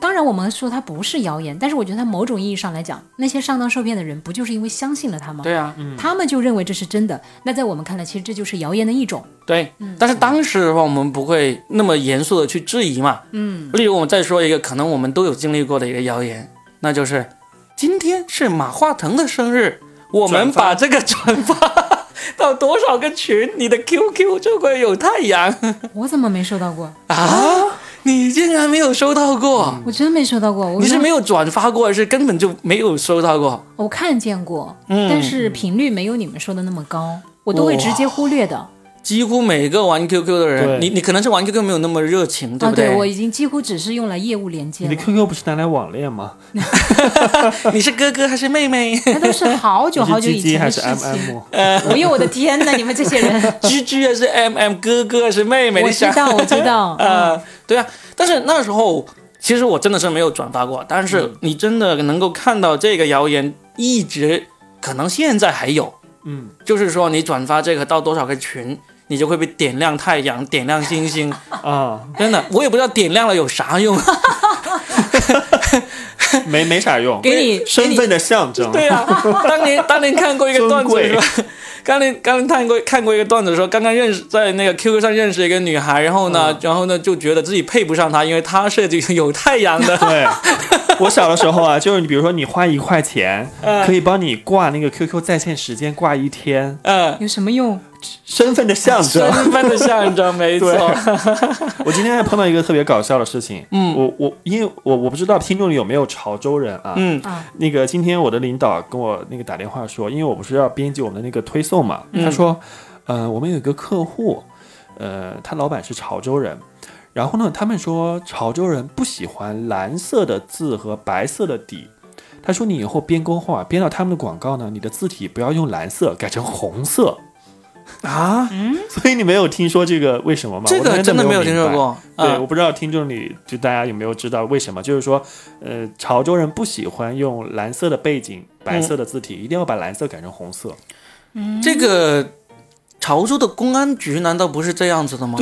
[SPEAKER 2] 当然，我们说它不是谣言，但是我觉得它某种意义上来讲，那些上当受骗的人不就是因为相信了他吗？
[SPEAKER 1] 对啊，
[SPEAKER 3] 嗯
[SPEAKER 2] 他们就认为这是真的。那在我们看来，其实这就是谣言的一种。
[SPEAKER 1] 对。
[SPEAKER 2] 嗯
[SPEAKER 1] 但是当时的话，我们不会那么严肃的去质疑嘛。嗯。例如，我们再说一个可能我们都有经历过的一个谣言，那就是今天是马化腾的生日，我们
[SPEAKER 3] 转发
[SPEAKER 1] 把这个转 发到多少个群，你的 QQ 就会有太阳
[SPEAKER 2] 我怎么没收到过？
[SPEAKER 1] 啊！你竟然没有收到过，
[SPEAKER 2] 我真没收到过。我
[SPEAKER 1] 你是
[SPEAKER 2] 看
[SPEAKER 1] 没有转发过，还是根本就没有收到过？
[SPEAKER 2] 我看见过，但是频率没有你们说的那么高，我都会直接忽略的。啊，
[SPEAKER 1] 几乎每个玩 QQ 的
[SPEAKER 3] 对
[SPEAKER 1] 人，你你可能是玩 QQ 没有那么热情，对不
[SPEAKER 2] 啊对我已经几乎只是用来业务连接
[SPEAKER 3] 你的
[SPEAKER 2] 了，
[SPEAKER 3] QQ 不是拿来网恋吗？
[SPEAKER 1] 你是哥哥还是妹 妹？
[SPEAKER 2] 那都是好久好久
[SPEAKER 3] 你
[SPEAKER 2] 以
[SPEAKER 3] 是 GG
[SPEAKER 2] 前
[SPEAKER 3] 还
[SPEAKER 2] 的
[SPEAKER 3] 是
[SPEAKER 2] 事
[SPEAKER 3] MM？
[SPEAKER 2] 情。我哟，我的天呐，你们这 些人，
[SPEAKER 1] 居居还是 MM？哥哥还是妹妹？
[SPEAKER 2] 我
[SPEAKER 1] 你
[SPEAKER 2] 知
[SPEAKER 1] 想
[SPEAKER 2] 道，我知 道，嗯
[SPEAKER 1] 呃，对啊，但是那时候其实我真的是没有转发过，但
[SPEAKER 2] 嗯
[SPEAKER 1] 是你真的能够看到这个谣言一直，可能现在还有，
[SPEAKER 3] 嗯，
[SPEAKER 1] 就是说你转发这个到多少个群，你就会被点亮太阳，点亮星星，
[SPEAKER 3] 啊，
[SPEAKER 1] 真的，我也不知道点亮了有啥用。
[SPEAKER 3] 没没啥用，
[SPEAKER 2] 给你
[SPEAKER 3] 身份的象征。
[SPEAKER 1] 对啊，当年当年看过一个段子
[SPEAKER 3] 尊贵。
[SPEAKER 1] 说，刚年刚年看过看过一个段子说，刚刚认识在那个 QQ 上认识一个女孩，然后呢，然后呢就觉得自己配不上她，因为她是这个有太阳的
[SPEAKER 2] 啊
[SPEAKER 3] 对，我小的时候啊，就是你比如说你花一块钱，
[SPEAKER 2] 嗯
[SPEAKER 3] 可以帮你挂那个 QQ 在线时间挂一天，
[SPEAKER 1] 嗯，
[SPEAKER 2] 有什么用？
[SPEAKER 3] 身份的象征
[SPEAKER 1] 身。份的象征，没错。
[SPEAKER 3] 我今天还碰到一个特别搞笑的事情，嗯，我我因为我我不知道听众里有没有潮州人啊，
[SPEAKER 1] 嗯
[SPEAKER 2] 啊，
[SPEAKER 3] 那个今天我的领导跟我那个打电话说，因为我不是要编辑我们的那个推送嘛，
[SPEAKER 1] 嗯
[SPEAKER 3] 他说，呃，我们有一个客户，呃，他老板是潮州人。然后呢，他们说潮州人不喜欢蓝色的字和白色的底。他说你以后编公号啊，编到他们的广告呢，你的字体不要用蓝色，改成红色。 嗯
[SPEAKER 1] 啊，
[SPEAKER 3] 所以你没有听说这个为什么吗？
[SPEAKER 1] 这
[SPEAKER 3] 我
[SPEAKER 1] 个真
[SPEAKER 3] 的
[SPEAKER 1] 的没有
[SPEAKER 3] 明
[SPEAKER 1] 听说
[SPEAKER 3] 白。
[SPEAKER 1] 过。
[SPEAKER 3] 对，
[SPEAKER 1] 嗯
[SPEAKER 3] 我不知道听众里就大家有没有知道为什么，就是说，呃，潮州人不喜欢用蓝色的背景、白色的字体，一定要把蓝色改成红色。
[SPEAKER 1] 嗯这个潮州的公安局难道不是这样子的 吗？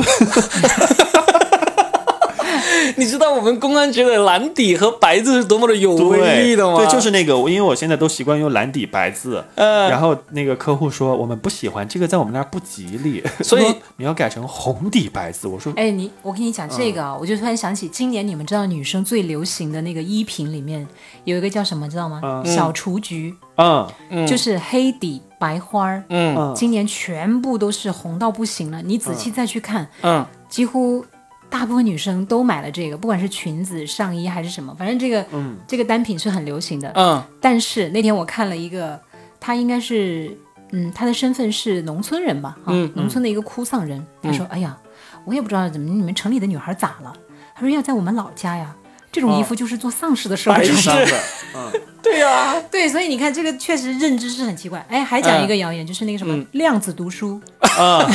[SPEAKER 1] 你知道我们公安局的蓝底和白字是多么的有威
[SPEAKER 3] 对，
[SPEAKER 1] 力的吗？
[SPEAKER 3] 对，就是那个，因为我现在都习惯用蓝底白字。
[SPEAKER 1] 呃，
[SPEAKER 3] 然后那个客户说我们不喜欢这个，在我们那儿不吉利，
[SPEAKER 1] 所以
[SPEAKER 3] 说你要改成红底白字。我说
[SPEAKER 2] 哎，你我跟你讲这个啊，我就突然想起今年你们知道女生最流行的那个衣品里面有一个叫什么，知道吗？小雏菊，
[SPEAKER 3] 嗯，
[SPEAKER 2] 就是黑底白花儿，
[SPEAKER 1] 嗯
[SPEAKER 3] 嗯，
[SPEAKER 2] 今年全部都是红到不行了。你仔细再去看，
[SPEAKER 1] 嗯，
[SPEAKER 2] 几乎大部分女生都买了这个，不管是裙子、上衣还是什么，反正这个、
[SPEAKER 3] 嗯
[SPEAKER 2] 这个单品是很流行的。
[SPEAKER 1] 嗯
[SPEAKER 2] 但是那天我看了一个，他应该是，嗯，他的身份是农村人吧，哈、
[SPEAKER 1] 嗯
[SPEAKER 2] 农村的一个哭丧人。他说：“哎呀，我也不知道怎么你们城里的女孩咋了。”他说：“要在我们老家呀，这种衣服就是做丧事的 时候
[SPEAKER 1] 哦白
[SPEAKER 2] 穿
[SPEAKER 1] 痴
[SPEAKER 3] 上的，嗯，
[SPEAKER 1] 对呀、
[SPEAKER 2] 对，所以你看，这个确实认知是很奇怪。哎，
[SPEAKER 1] 嗯
[SPEAKER 2] 还讲一个谣言，就是那个什么量子读书，
[SPEAKER 1] 啊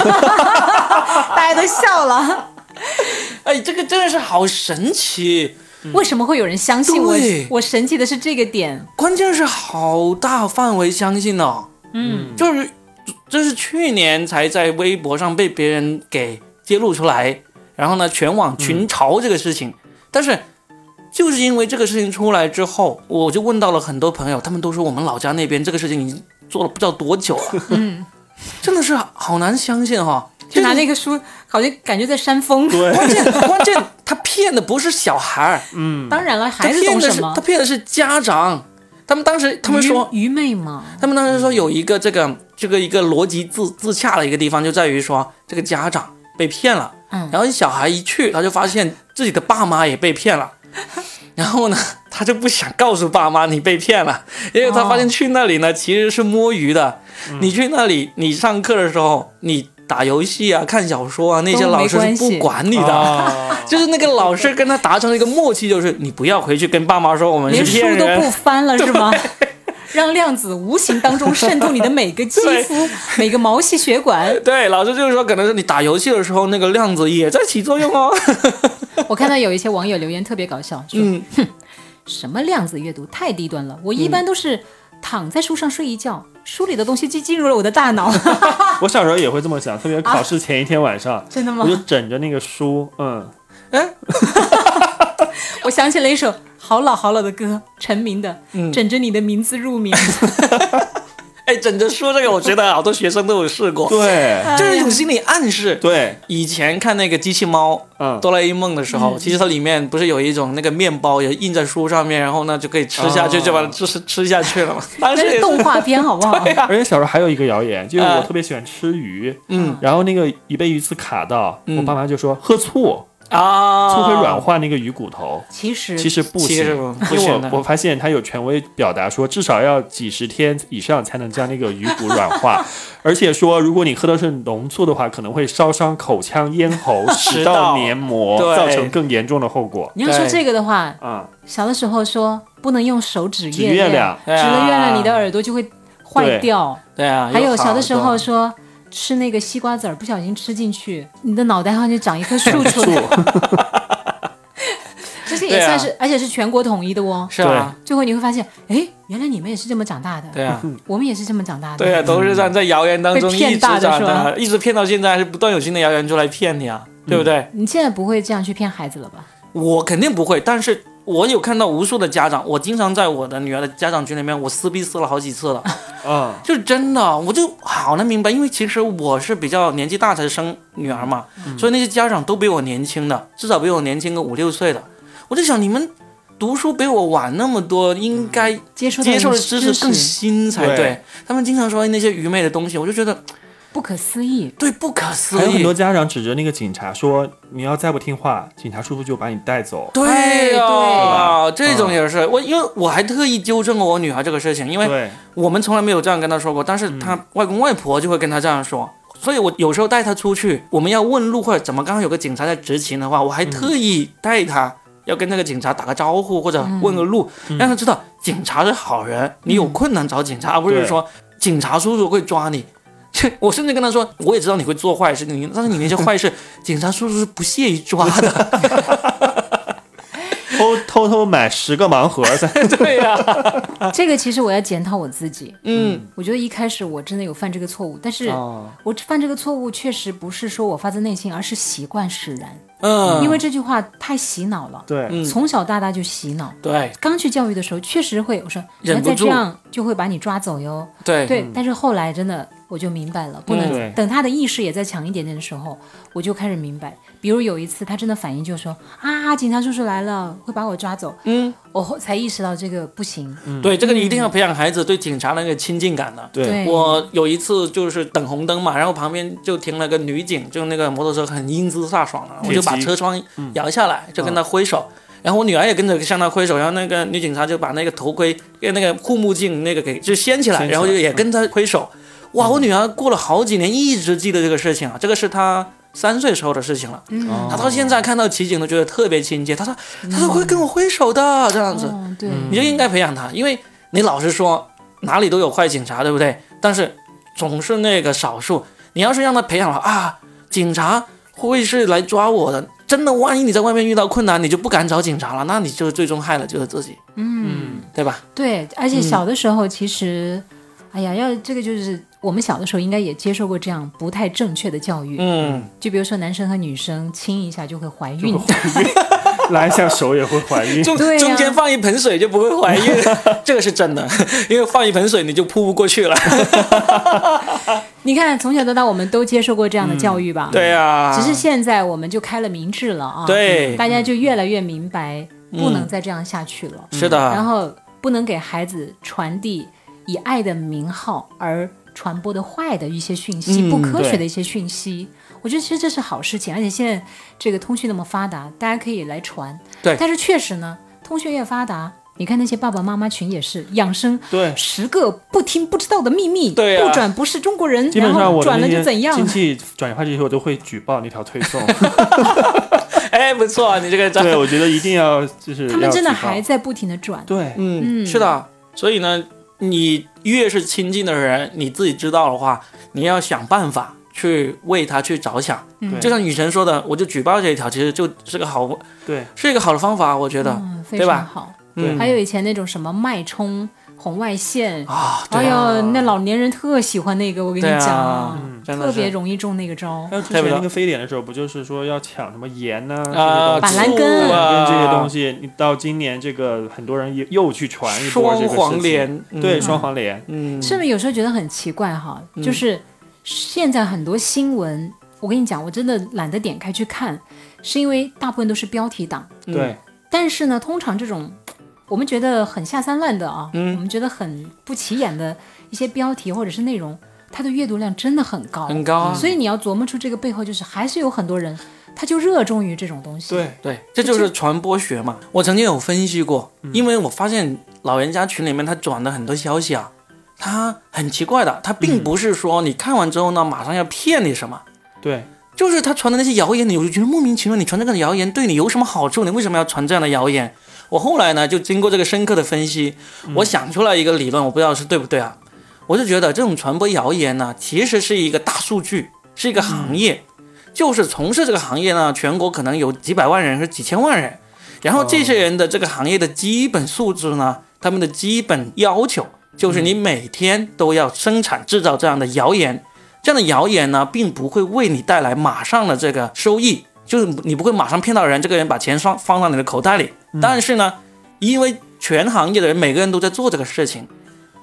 [SPEAKER 2] 大家都笑了。
[SPEAKER 1] 哎，这个真的是好神奇，
[SPEAKER 2] 为什么会有人相信我
[SPEAKER 1] 嗯对？
[SPEAKER 2] 我神奇的是这个点，
[SPEAKER 1] 关键是好大范围相信哦，嗯，就是这是去年才在微博上被别人给揭露出来，然后呢，全网群嘲这个事情，但是。就是因为这个事情出来之后，我就问到了很多朋友，他们都说我们老家那边这个事情已经做了不知道多久了，嗯，真的是好难相信哈、
[SPEAKER 2] 就拿那个书，好像感觉在煽风。
[SPEAKER 1] 关键关键他骗的不是小孩儿，
[SPEAKER 2] 当然了，
[SPEAKER 1] 他
[SPEAKER 2] 孩子
[SPEAKER 1] 骗
[SPEAKER 2] 懂
[SPEAKER 1] 的
[SPEAKER 2] 什
[SPEAKER 1] 是
[SPEAKER 2] 么嗯
[SPEAKER 1] 他？骗的是家长。他们当时他们说，
[SPEAKER 2] 愚愚昧嘛，
[SPEAKER 1] 他们当时说有一个这个这个一个逻辑自自洽的一个地方，就在于说这个家长被骗了，
[SPEAKER 2] 嗯
[SPEAKER 1] 然后小孩一去，他就发现自己的爸妈也被骗了。 然后呢，他就不想告诉爸妈你被骗了，因为他发
[SPEAKER 2] 哦
[SPEAKER 1] 现去那里呢其实是摸鱼的。
[SPEAKER 2] 嗯
[SPEAKER 1] 你去那里，你上课的时候，你打游戏啊、看小说啊，那些
[SPEAKER 2] 都没
[SPEAKER 1] 老师
[SPEAKER 2] 关
[SPEAKER 1] 是
[SPEAKER 2] 系
[SPEAKER 1] 不管你的。
[SPEAKER 3] 哦
[SPEAKER 1] 就是那个老师跟他达成了一个默契，就是你不要回去跟爸妈说我们是
[SPEAKER 2] 连书
[SPEAKER 1] 骗
[SPEAKER 2] 都不
[SPEAKER 1] 人。
[SPEAKER 2] 翻了是吗？ 让量子无形当中渗透你的每个肌 肤、每个毛细血管。
[SPEAKER 1] 对，老师就是说，可能是你打游戏的时候，那个量子也在起作用哦。
[SPEAKER 2] 我看到有一些网友留言特别搞笑，说：“
[SPEAKER 1] 嗯
[SPEAKER 2] 哼，什么量子阅读太低端了，我一般都是躺在书上睡一觉，
[SPEAKER 1] 嗯
[SPEAKER 2] 书里的东西就进入了我的大 脑。
[SPEAKER 3] 我小时候也会这么想，特别考试前一天晚上”，
[SPEAKER 2] 真的吗
[SPEAKER 3] 我？就枕着那个书，嗯，
[SPEAKER 2] 我想起了一首好老好老的歌，陈明的
[SPEAKER 1] 嗯
[SPEAKER 2] 《枕着你的名字入 眠》。
[SPEAKER 1] 哎，整着说这个，我觉得好多学生都有试过，
[SPEAKER 3] 对
[SPEAKER 1] 这
[SPEAKER 2] 哎
[SPEAKER 1] 是一种心理暗示。
[SPEAKER 3] 对，
[SPEAKER 1] 以前看那个机器猫
[SPEAKER 3] 嗯，
[SPEAKER 1] 哆啦 A 梦的时候，其实它里面不是有一种那个面包也印在书上面，然后呢就可以吃下去，
[SPEAKER 3] 哦
[SPEAKER 1] 就把它吃吃下去了嘛。当
[SPEAKER 2] 那
[SPEAKER 1] 时也
[SPEAKER 2] 是动画片，好不好？
[SPEAKER 3] 而且小时候还有一个谣言，就是
[SPEAKER 1] 啊
[SPEAKER 3] 我特别喜欢吃鱼，
[SPEAKER 1] 嗯
[SPEAKER 3] 然后那个一被鱼刺卡到，
[SPEAKER 1] 嗯
[SPEAKER 3] 我爸妈就说喝醋，
[SPEAKER 1] 啊，
[SPEAKER 3] 醋会软化那个鱼骨头，
[SPEAKER 2] 其实
[SPEAKER 3] 其实不
[SPEAKER 1] 其实
[SPEAKER 3] 行。
[SPEAKER 1] 不
[SPEAKER 3] 因为
[SPEAKER 1] 行的
[SPEAKER 3] 我我发现他有权威表达说，至少要几十天以上才能将那个鱼骨软化，而且说如果你喝的是浓醋的话，可能会烧伤口腔、咽 喉、食
[SPEAKER 1] 食道
[SPEAKER 3] 道黏膜，
[SPEAKER 1] 对
[SPEAKER 3] 造成更严重的后果。
[SPEAKER 2] 你要说
[SPEAKER 1] 对
[SPEAKER 2] 这个的话，
[SPEAKER 3] 啊，
[SPEAKER 2] 小的时候说不能用手指
[SPEAKER 3] 指
[SPEAKER 2] 月
[SPEAKER 3] 月
[SPEAKER 2] 亮，
[SPEAKER 3] 亮，
[SPEAKER 1] 对啊
[SPEAKER 2] 指了月亮你的耳朵就会坏掉。
[SPEAKER 1] 对啊，
[SPEAKER 2] 还有
[SPEAKER 1] 好
[SPEAKER 2] 小的时候
[SPEAKER 1] 多
[SPEAKER 2] 说吃那个西瓜籽儿，不小心吃进去，你的脑袋上就长一棵树出来。 这些也算
[SPEAKER 1] 啊
[SPEAKER 2] 是，而且是全国统一的哦。
[SPEAKER 1] 是啊，
[SPEAKER 2] 最后你会发现，哎，原来你们也是这么长大的，
[SPEAKER 1] 对啊。
[SPEAKER 2] 我们也是这么长大的。
[SPEAKER 1] 对啊，都是在在谣言当中
[SPEAKER 2] 嗯被
[SPEAKER 1] 一直
[SPEAKER 2] 骗大
[SPEAKER 1] 长
[SPEAKER 2] 的嗯是吧
[SPEAKER 1] 大，一直骗到现在，还是不断有新的谣言出来骗你啊，对不对？
[SPEAKER 2] 你现在不会这样去骗孩子了吧？
[SPEAKER 1] 我肯定不会，但是我有看到无数的家长，我经常在我的女儿的家长群里面，我撕逼撕了好几次 了，
[SPEAKER 3] 嗯，
[SPEAKER 1] 就是真的，我就好难明白，因为其实我是比较年纪大才生女儿嘛，
[SPEAKER 2] 嗯
[SPEAKER 1] 所以那些家长都比我年轻的，至少比我年轻个五六岁的，我就想你们。读书比我晚那么多，应该
[SPEAKER 2] 接触到
[SPEAKER 1] 接受的
[SPEAKER 2] 知
[SPEAKER 1] 知识更新才对。
[SPEAKER 3] 对
[SPEAKER 1] 他们经常说那些愚昧的东西，我就觉得
[SPEAKER 2] 不可思议。
[SPEAKER 1] 对不可思议。
[SPEAKER 3] 还有很多家长指着那个警察说：“你要再不听话，警察叔叔就把你带走。”
[SPEAKER 1] 对呀、
[SPEAKER 2] 哎
[SPEAKER 1] 这种也是、我，因为我还特意纠正过我女儿这个事情，因为
[SPEAKER 3] 对，嗯
[SPEAKER 1] 我们从来没有这样跟她说过，但是她外公外婆就会跟她这样说。所以，我有时候带她出去，我们要问路或者怎么，刚刚有个警察在执勤的话，我还特意带
[SPEAKER 3] 嗯
[SPEAKER 1] 她、要跟那个警察打个招呼或者问个路，让她知道警察是好人，你有困难找警察，而不是
[SPEAKER 3] 对
[SPEAKER 1] 说警察叔叔会抓你。 这我甚至跟他说，我也知道你会做坏事，你但是你那些坏 事，警察叔叔是不屑于抓的。
[SPEAKER 3] 偷偷偷买十个盲盒在，
[SPEAKER 1] 对呀、
[SPEAKER 2] 这个其实我要检讨我自己。
[SPEAKER 1] 啊嗯，
[SPEAKER 2] 我觉得一开始我真的有犯这个错误，但是
[SPEAKER 3] 哦
[SPEAKER 2] 我犯这个错误确实不是说我发自内心，而是习惯使然。
[SPEAKER 1] 嗯，
[SPEAKER 2] 因为这句话太洗脑了，
[SPEAKER 3] 对，
[SPEAKER 1] 嗯
[SPEAKER 2] 从小到大就洗脑。
[SPEAKER 1] 对
[SPEAKER 2] 刚去教育的时候，确实会我说，
[SPEAKER 1] 忍
[SPEAKER 2] 人
[SPEAKER 1] 不
[SPEAKER 2] 家再
[SPEAKER 1] 住
[SPEAKER 2] 这样就会把你抓走哟。
[SPEAKER 1] 对
[SPEAKER 2] 对，但是后来真的，我我就明白了，不能、
[SPEAKER 3] 嗯对
[SPEAKER 2] 等他的意识也再强一点点的时候，我就开始明白。比如有一次，他真的反应就说啊，警察叔叔来了，会把我抓走。
[SPEAKER 1] 嗯，
[SPEAKER 2] 我后才意识到这个不行。
[SPEAKER 1] 对，这个一定要培养孩子对警察的那个亲近感的。
[SPEAKER 3] 对
[SPEAKER 2] 对，
[SPEAKER 1] 我有一次就是等红灯嘛，然后旁边就停了个女警，就那个摩托车很英姿飒爽的，我
[SPEAKER 3] 铁
[SPEAKER 1] 就
[SPEAKER 3] 骑嗯
[SPEAKER 1] 把车窗摇下来，就跟她挥手。然后我女儿也跟着向她挥手，然后那个女警察就把那个头盔、跟那个护目镜那个给就掀起来，
[SPEAKER 3] 掀起来嗯
[SPEAKER 1] 然后就也跟她挥手。哇，我女儿过了好几年一直记得这个事情啊，这个是她三岁时候的事情了。
[SPEAKER 2] 嗯，
[SPEAKER 3] 哦
[SPEAKER 1] 她到现在看到骑警都觉得特别亲切，她说她说会跟我挥手的这样子。
[SPEAKER 2] 哦，对，
[SPEAKER 1] 你就应该培养他，因为你老是说哪里都有坏警察，对不对？但是总是那个少数。你要是让他培养了啊，警察会是来抓我的，真的，万一你在外面遇到困难，你就不敢找警察了，那你就最终害了就是自己，
[SPEAKER 2] 嗯，
[SPEAKER 1] 对吧？
[SPEAKER 2] 对，而且小的时候其实，哎呀，要这个就是我们小的时候应该也接受过这样不太正确的教育，
[SPEAKER 1] 嗯，
[SPEAKER 2] 就比如说男生和女生亲一下就会怀孕
[SPEAKER 3] 就，会怀孕，拉一下手也会怀孕。
[SPEAKER 1] 中、
[SPEAKER 2] 对呀
[SPEAKER 1] 中间放一盆水就不 会怀孕，这个是真的，因为放一盆水你就扑不过去了。
[SPEAKER 2] 你看从小到大我们都接受过这样的教育吧？
[SPEAKER 1] 嗯对呀、
[SPEAKER 2] 只是现在我们就开了明智了啊，，
[SPEAKER 1] 对，
[SPEAKER 2] 大家就越来越明白不能
[SPEAKER 1] 嗯
[SPEAKER 2] 再这样下去了，
[SPEAKER 1] 是
[SPEAKER 3] 啊
[SPEAKER 1] 的，
[SPEAKER 2] 然后不能给孩子传递以爱的名号而传播的坏的一些讯息，
[SPEAKER 1] 嗯
[SPEAKER 2] 不科学
[SPEAKER 3] 对
[SPEAKER 2] 的一些讯息。我觉得其实这是好事情，而且现在这个通讯那么发达，大家可以来传。
[SPEAKER 1] 对
[SPEAKER 2] 但是确实呢，通讯越发达，你看那些爸爸妈妈群也是养生。
[SPEAKER 3] 对，
[SPEAKER 2] 十个不听不知道的秘密，
[SPEAKER 1] 对啊
[SPEAKER 2] 不转不是中国人，
[SPEAKER 3] 基本
[SPEAKER 2] 然
[SPEAKER 3] 上
[SPEAKER 2] 后
[SPEAKER 3] 我的
[SPEAKER 2] 转了
[SPEAKER 3] 那
[SPEAKER 2] 就
[SPEAKER 3] 些
[SPEAKER 2] 怎样
[SPEAKER 3] 亲？戚转发这些，我都会举报那条推送。
[SPEAKER 1] 哎，不错啊，你这个招
[SPEAKER 3] 对，我觉得一定要就是
[SPEAKER 2] 他们
[SPEAKER 3] 要
[SPEAKER 2] 真的
[SPEAKER 3] 举报
[SPEAKER 2] 还在不停的转，
[SPEAKER 3] 对，
[SPEAKER 1] 嗯，是的。所以呢，你越是亲近的人，你自己知道的话，你要想办法去为他去着想。
[SPEAKER 2] 嗯
[SPEAKER 3] 对
[SPEAKER 1] 就像雨辰说的，我就举报这一条，其实就是个好，
[SPEAKER 3] 对，
[SPEAKER 1] 是一个好的方法，我觉得。
[SPEAKER 2] 嗯，非
[SPEAKER 1] 对吧
[SPEAKER 2] 常好。
[SPEAKER 1] 嗯，
[SPEAKER 2] 还有以前那种什么脉冲、红外线，
[SPEAKER 1] 啊，
[SPEAKER 2] 哎
[SPEAKER 1] 对啊，
[SPEAKER 2] 呦，那老年人特喜欢那个，我跟你
[SPEAKER 1] 对啊
[SPEAKER 2] 讲，
[SPEAKER 1] 嗯真的
[SPEAKER 2] 特
[SPEAKER 1] 是嗯
[SPEAKER 2] 别容易中那个招
[SPEAKER 3] 还。有之
[SPEAKER 1] 特
[SPEAKER 3] 前
[SPEAKER 1] 别的
[SPEAKER 3] 那个非典的时候，不就是说要抢什么盐呐、
[SPEAKER 1] 啊，
[SPEAKER 2] 板蓝
[SPEAKER 1] 醋
[SPEAKER 2] 根
[SPEAKER 1] 啊，
[SPEAKER 3] 跟这些东西，你到今年这个很多人又又去传一波这
[SPEAKER 1] 双
[SPEAKER 3] 个事
[SPEAKER 1] 黄
[SPEAKER 3] 情，
[SPEAKER 1] 连，嗯
[SPEAKER 3] 对，双黄连，
[SPEAKER 1] 嗯，
[SPEAKER 2] 是不是有时候觉得很奇怪哈？就是现在很多新闻，我跟你讲，我真的懒得点开去看，是因为大部分都是标题党。
[SPEAKER 1] 嗯
[SPEAKER 3] 对，
[SPEAKER 2] 但是呢，通常这种我们觉得很下三滥的啊，
[SPEAKER 1] 嗯
[SPEAKER 2] 我们觉得很不起眼的一些标题或者是内容，它的阅读量真的很高，
[SPEAKER 1] 很高啊。
[SPEAKER 2] 所以你要琢磨出这个背后，就是还是有很多人他就热衷于这种东西。
[SPEAKER 3] 对，
[SPEAKER 1] 对，这就是传播学嘛。我曾经有分析过，因为我发现老人家群里面他转的很多消息啊，他很奇怪的，他并不是说你看完之后呢，马上要骗你什么。
[SPEAKER 3] 对，
[SPEAKER 1] 就是他传的那些谣言，你我就觉得莫名其妙。你传这个谣言对你有什么好处？你为什么要传这样的谣言？我后来呢，就经过这个深刻的分析，我想出来一个理论，我不知道是对不对啊。我就觉得这种传播谣言呢，其实是一个大数据，是一个行业，就是从事这个行业呢，全国可能有几百万人是几千万人，然后这些人的这个行业的基本素质呢，他们的基本要求就是你每天都要生产制造这样的谣言，这样的谣言呢，并不会为你带来马上的这个收益，就是你不会马上骗到人，这个人把钱放放到你的口袋里。但是呢，因为全行业的人每个人都在做这个事情，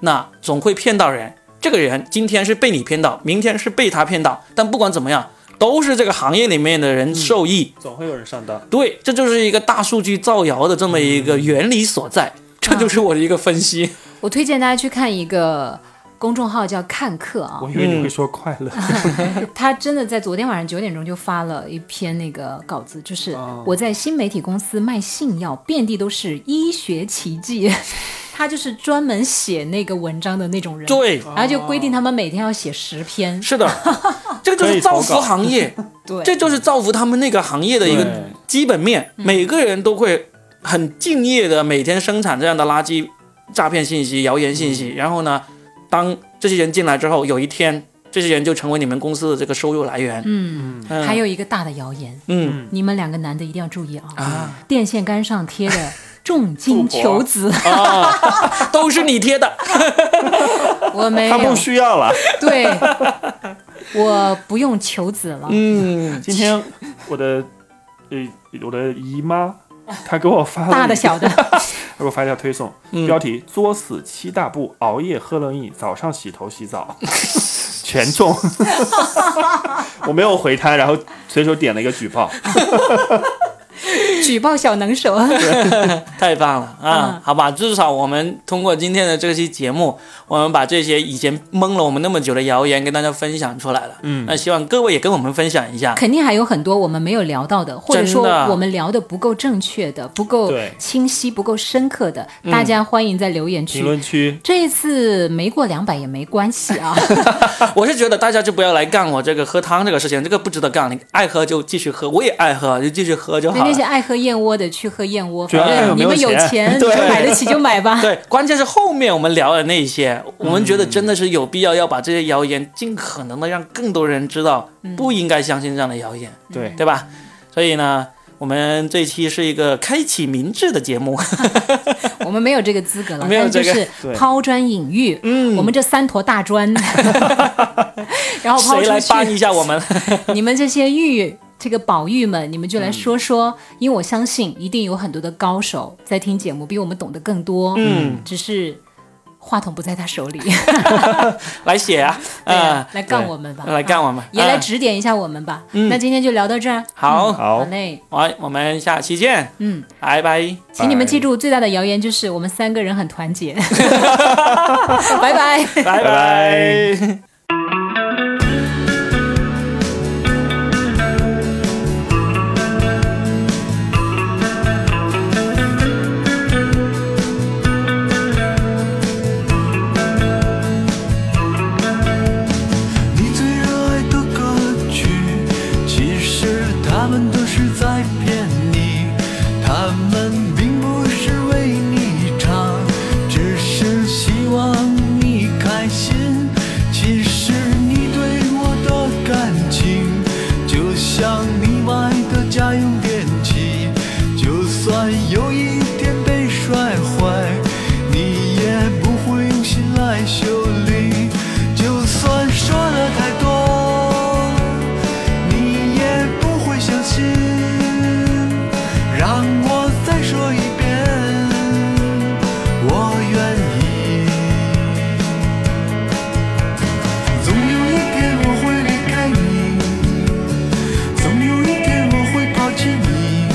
[SPEAKER 1] 那总会骗到人。这个人今天是被你骗到，明天是被他骗到，但不管怎么样，都是这个行业里面的人受益。
[SPEAKER 3] 总会有人上
[SPEAKER 2] 嗯
[SPEAKER 3] 当。
[SPEAKER 1] 对，这就是一个大数据造谣的这么一个原理所在。这就是我的一个分析。
[SPEAKER 2] 我推荐大家去看一个公众号叫“看客”啊
[SPEAKER 3] 我，以为你
[SPEAKER 1] 嗯
[SPEAKER 3] 会说快乐，
[SPEAKER 2] 他真的在昨天晚上九点钟就发了一篇那个稿子，就是
[SPEAKER 3] 哦
[SPEAKER 2] 我在新媒体公司卖性药，遍地都是医学奇迹。他就是专门写那个文章的那种人，
[SPEAKER 1] 对，
[SPEAKER 2] 然后就规定他们每天要写十篇。
[SPEAKER 1] 是的，这个就是造福行业，
[SPEAKER 2] 对，
[SPEAKER 1] 这就是造福他们那个行业的一个
[SPEAKER 3] 对
[SPEAKER 1] 基本面。
[SPEAKER 2] 嗯
[SPEAKER 1] 每个人都会很敬业的每天生产这样的垃圾、诈骗信息、谣言信
[SPEAKER 2] 嗯
[SPEAKER 1] 息。然后呢，当这些人进来之后，有一天这些人就成为你们公司的这个收入来源。
[SPEAKER 2] 嗯，
[SPEAKER 1] 嗯
[SPEAKER 2] 还有一个大的谣言，
[SPEAKER 1] 嗯
[SPEAKER 2] 你们两个男的一定要注意啊，
[SPEAKER 1] 啊
[SPEAKER 2] 电线杆上贴的重金求子，
[SPEAKER 1] 啊，都是你贴的，
[SPEAKER 2] 我没
[SPEAKER 3] 他
[SPEAKER 2] 有
[SPEAKER 3] 不，需要了。
[SPEAKER 2] 对，我不用求子了。
[SPEAKER 1] 嗯，
[SPEAKER 3] 今天我的呃我的姨妈，她给我发了
[SPEAKER 2] 大
[SPEAKER 3] 一
[SPEAKER 2] 的小嗯的，
[SPEAKER 3] 她给我发一条推送，标题：作死七大步，熬夜喝冷饮，早上洗头洗澡。 全中。 我没有回他，然后随手点了一个举报。
[SPEAKER 2] 举报小能手。啊
[SPEAKER 1] 太棒了啊！
[SPEAKER 2] 嗯
[SPEAKER 1] 好吧，至少我们通过今天的这期节目，我们把这些以前蒙了我们那么久的谣言跟大家分享出来了。嗯，那希望各位也跟我们分享一下。
[SPEAKER 2] 肯定还有很多我们没有聊到的，或者说
[SPEAKER 1] 真的
[SPEAKER 2] 我们聊的不够正确的、不够
[SPEAKER 3] 对
[SPEAKER 2] 清晰、不够深刻的，大家欢迎在留言区。
[SPEAKER 3] 评论区
[SPEAKER 2] 这一次没过两百也没关系啊，
[SPEAKER 1] 我是觉得大家就不要来干我这个喝汤这个事情，这个不值得干。你爱喝就继续喝，我也爱喝，就继续喝就
[SPEAKER 2] 对
[SPEAKER 1] 好
[SPEAKER 2] 那
[SPEAKER 1] 了
[SPEAKER 2] 些。爱喝燕窝的去喝燕窝，
[SPEAKER 3] 主要
[SPEAKER 2] 反
[SPEAKER 3] 看
[SPEAKER 2] 正
[SPEAKER 3] 有没
[SPEAKER 2] 你
[SPEAKER 3] 有
[SPEAKER 2] 们有
[SPEAKER 3] 钱
[SPEAKER 2] 钱，你
[SPEAKER 1] 对
[SPEAKER 2] 们买得起就买吧。
[SPEAKER 1] 对，关键是后面我们聊的那些，我们觉得真的是有必要要把这些谣言尽可能的让更多人知道，
[SPEAKER 2] 嗯
[SPEAKER 1] 不应该相信这样的谣言，
[SPEAKER 3] 对，
[SPEAKER 1] 对吧？所以呢，我们这期是一个开启民智的节目，
[SPEAKER 2] 哦 我们没有这个资格了，
[SPEAKER 1] 没有
[SPEAKER 2] 但就
[SPEAKER 1] 这个
[SPEAKER 2] 是
[SPEAKER 3] 对
[SPEAKER 2] 抛砖引玉。嗯，我们这三坨大砖，然后抛
[SPEAKER 1] 谁
[SPEAKER 2] 出
[SPEAKER 1] 来帮一
[SPEAKER 2] 去，
[SPEAKER 1] 下我们？
[SPEAKER 2] 你们这些玉。这个宝玉们，你们就来说说，因为我相信一定有很多的高手在听节目，比我们懂得更多。嗯，只是话筒不在他手里，
[SPEAKER 1] 来写啊，
[SPEAKER 2] 对
[SPEAKER 1] 啊、
[SPEAKER 2] 来干我们吧，
[SPEAKER 1] 来干
[SPEAKER 2] 啊
[SPEAKER 1] 我们
[SPEAKER 2] 也来
[SPEAKER 1] 嗯
[SPEAKER 2] 指嗯点一下我们吧。那今天就聊到这儿，
[SPEAKER 1] 好，
[SPEAKER 3] 好，
[SPEAKER 2] 嘞，
[SPEAKER 1] 好，我们下期见，
[SPEAKER 2] 嗯，
[SPEAKER 1] 拜拜。
[SPEAKER 2] 请你们
[SPEAKER 3] 拜
[SPEAKER 2] 记住，最大的谣言就是我们三个人很团结。拜拜。
[SPEAKER 1] 拜
[SPEAKER 3] 拜
[SPEAKER 1] 拜
[SPEAKER 3] 拜。
[SPEAKER 4] 你最热爱的歌曲，其实他们都是在骗你，他们并不是为你唱，只是希望你开心。其实你对我的感情，就像你买的家用电器，就算有一天被摔坏，你也不会用心来修理。就算说的太多，你也不会相信。让我再说一遍，我愿意。总有一天我会离开你，总有一天我会抛弃你，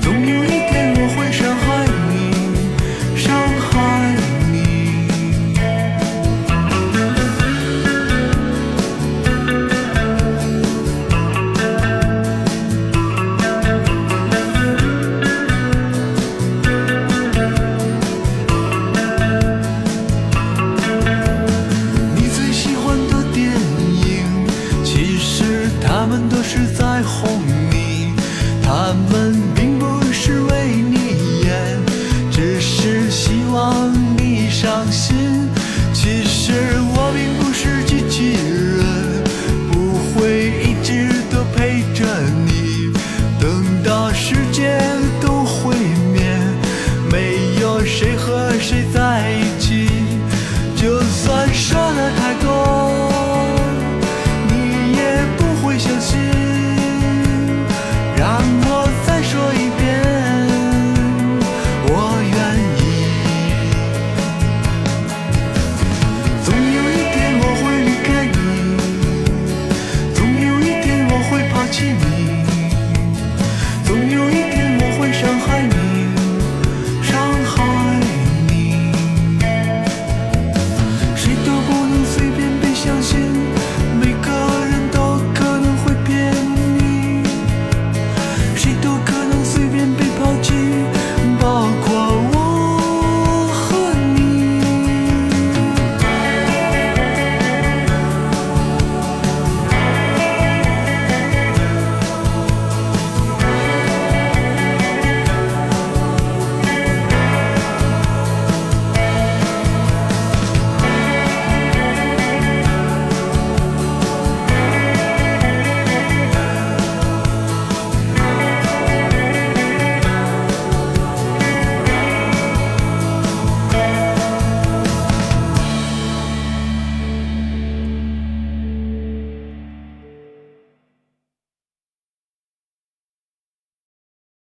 [SPEAKER 4] 总有一天我会伤害你，伤害你。你最喜欢的电影，其实他们都是在哄你，他们并不是为你演，只是希望你伤心。其实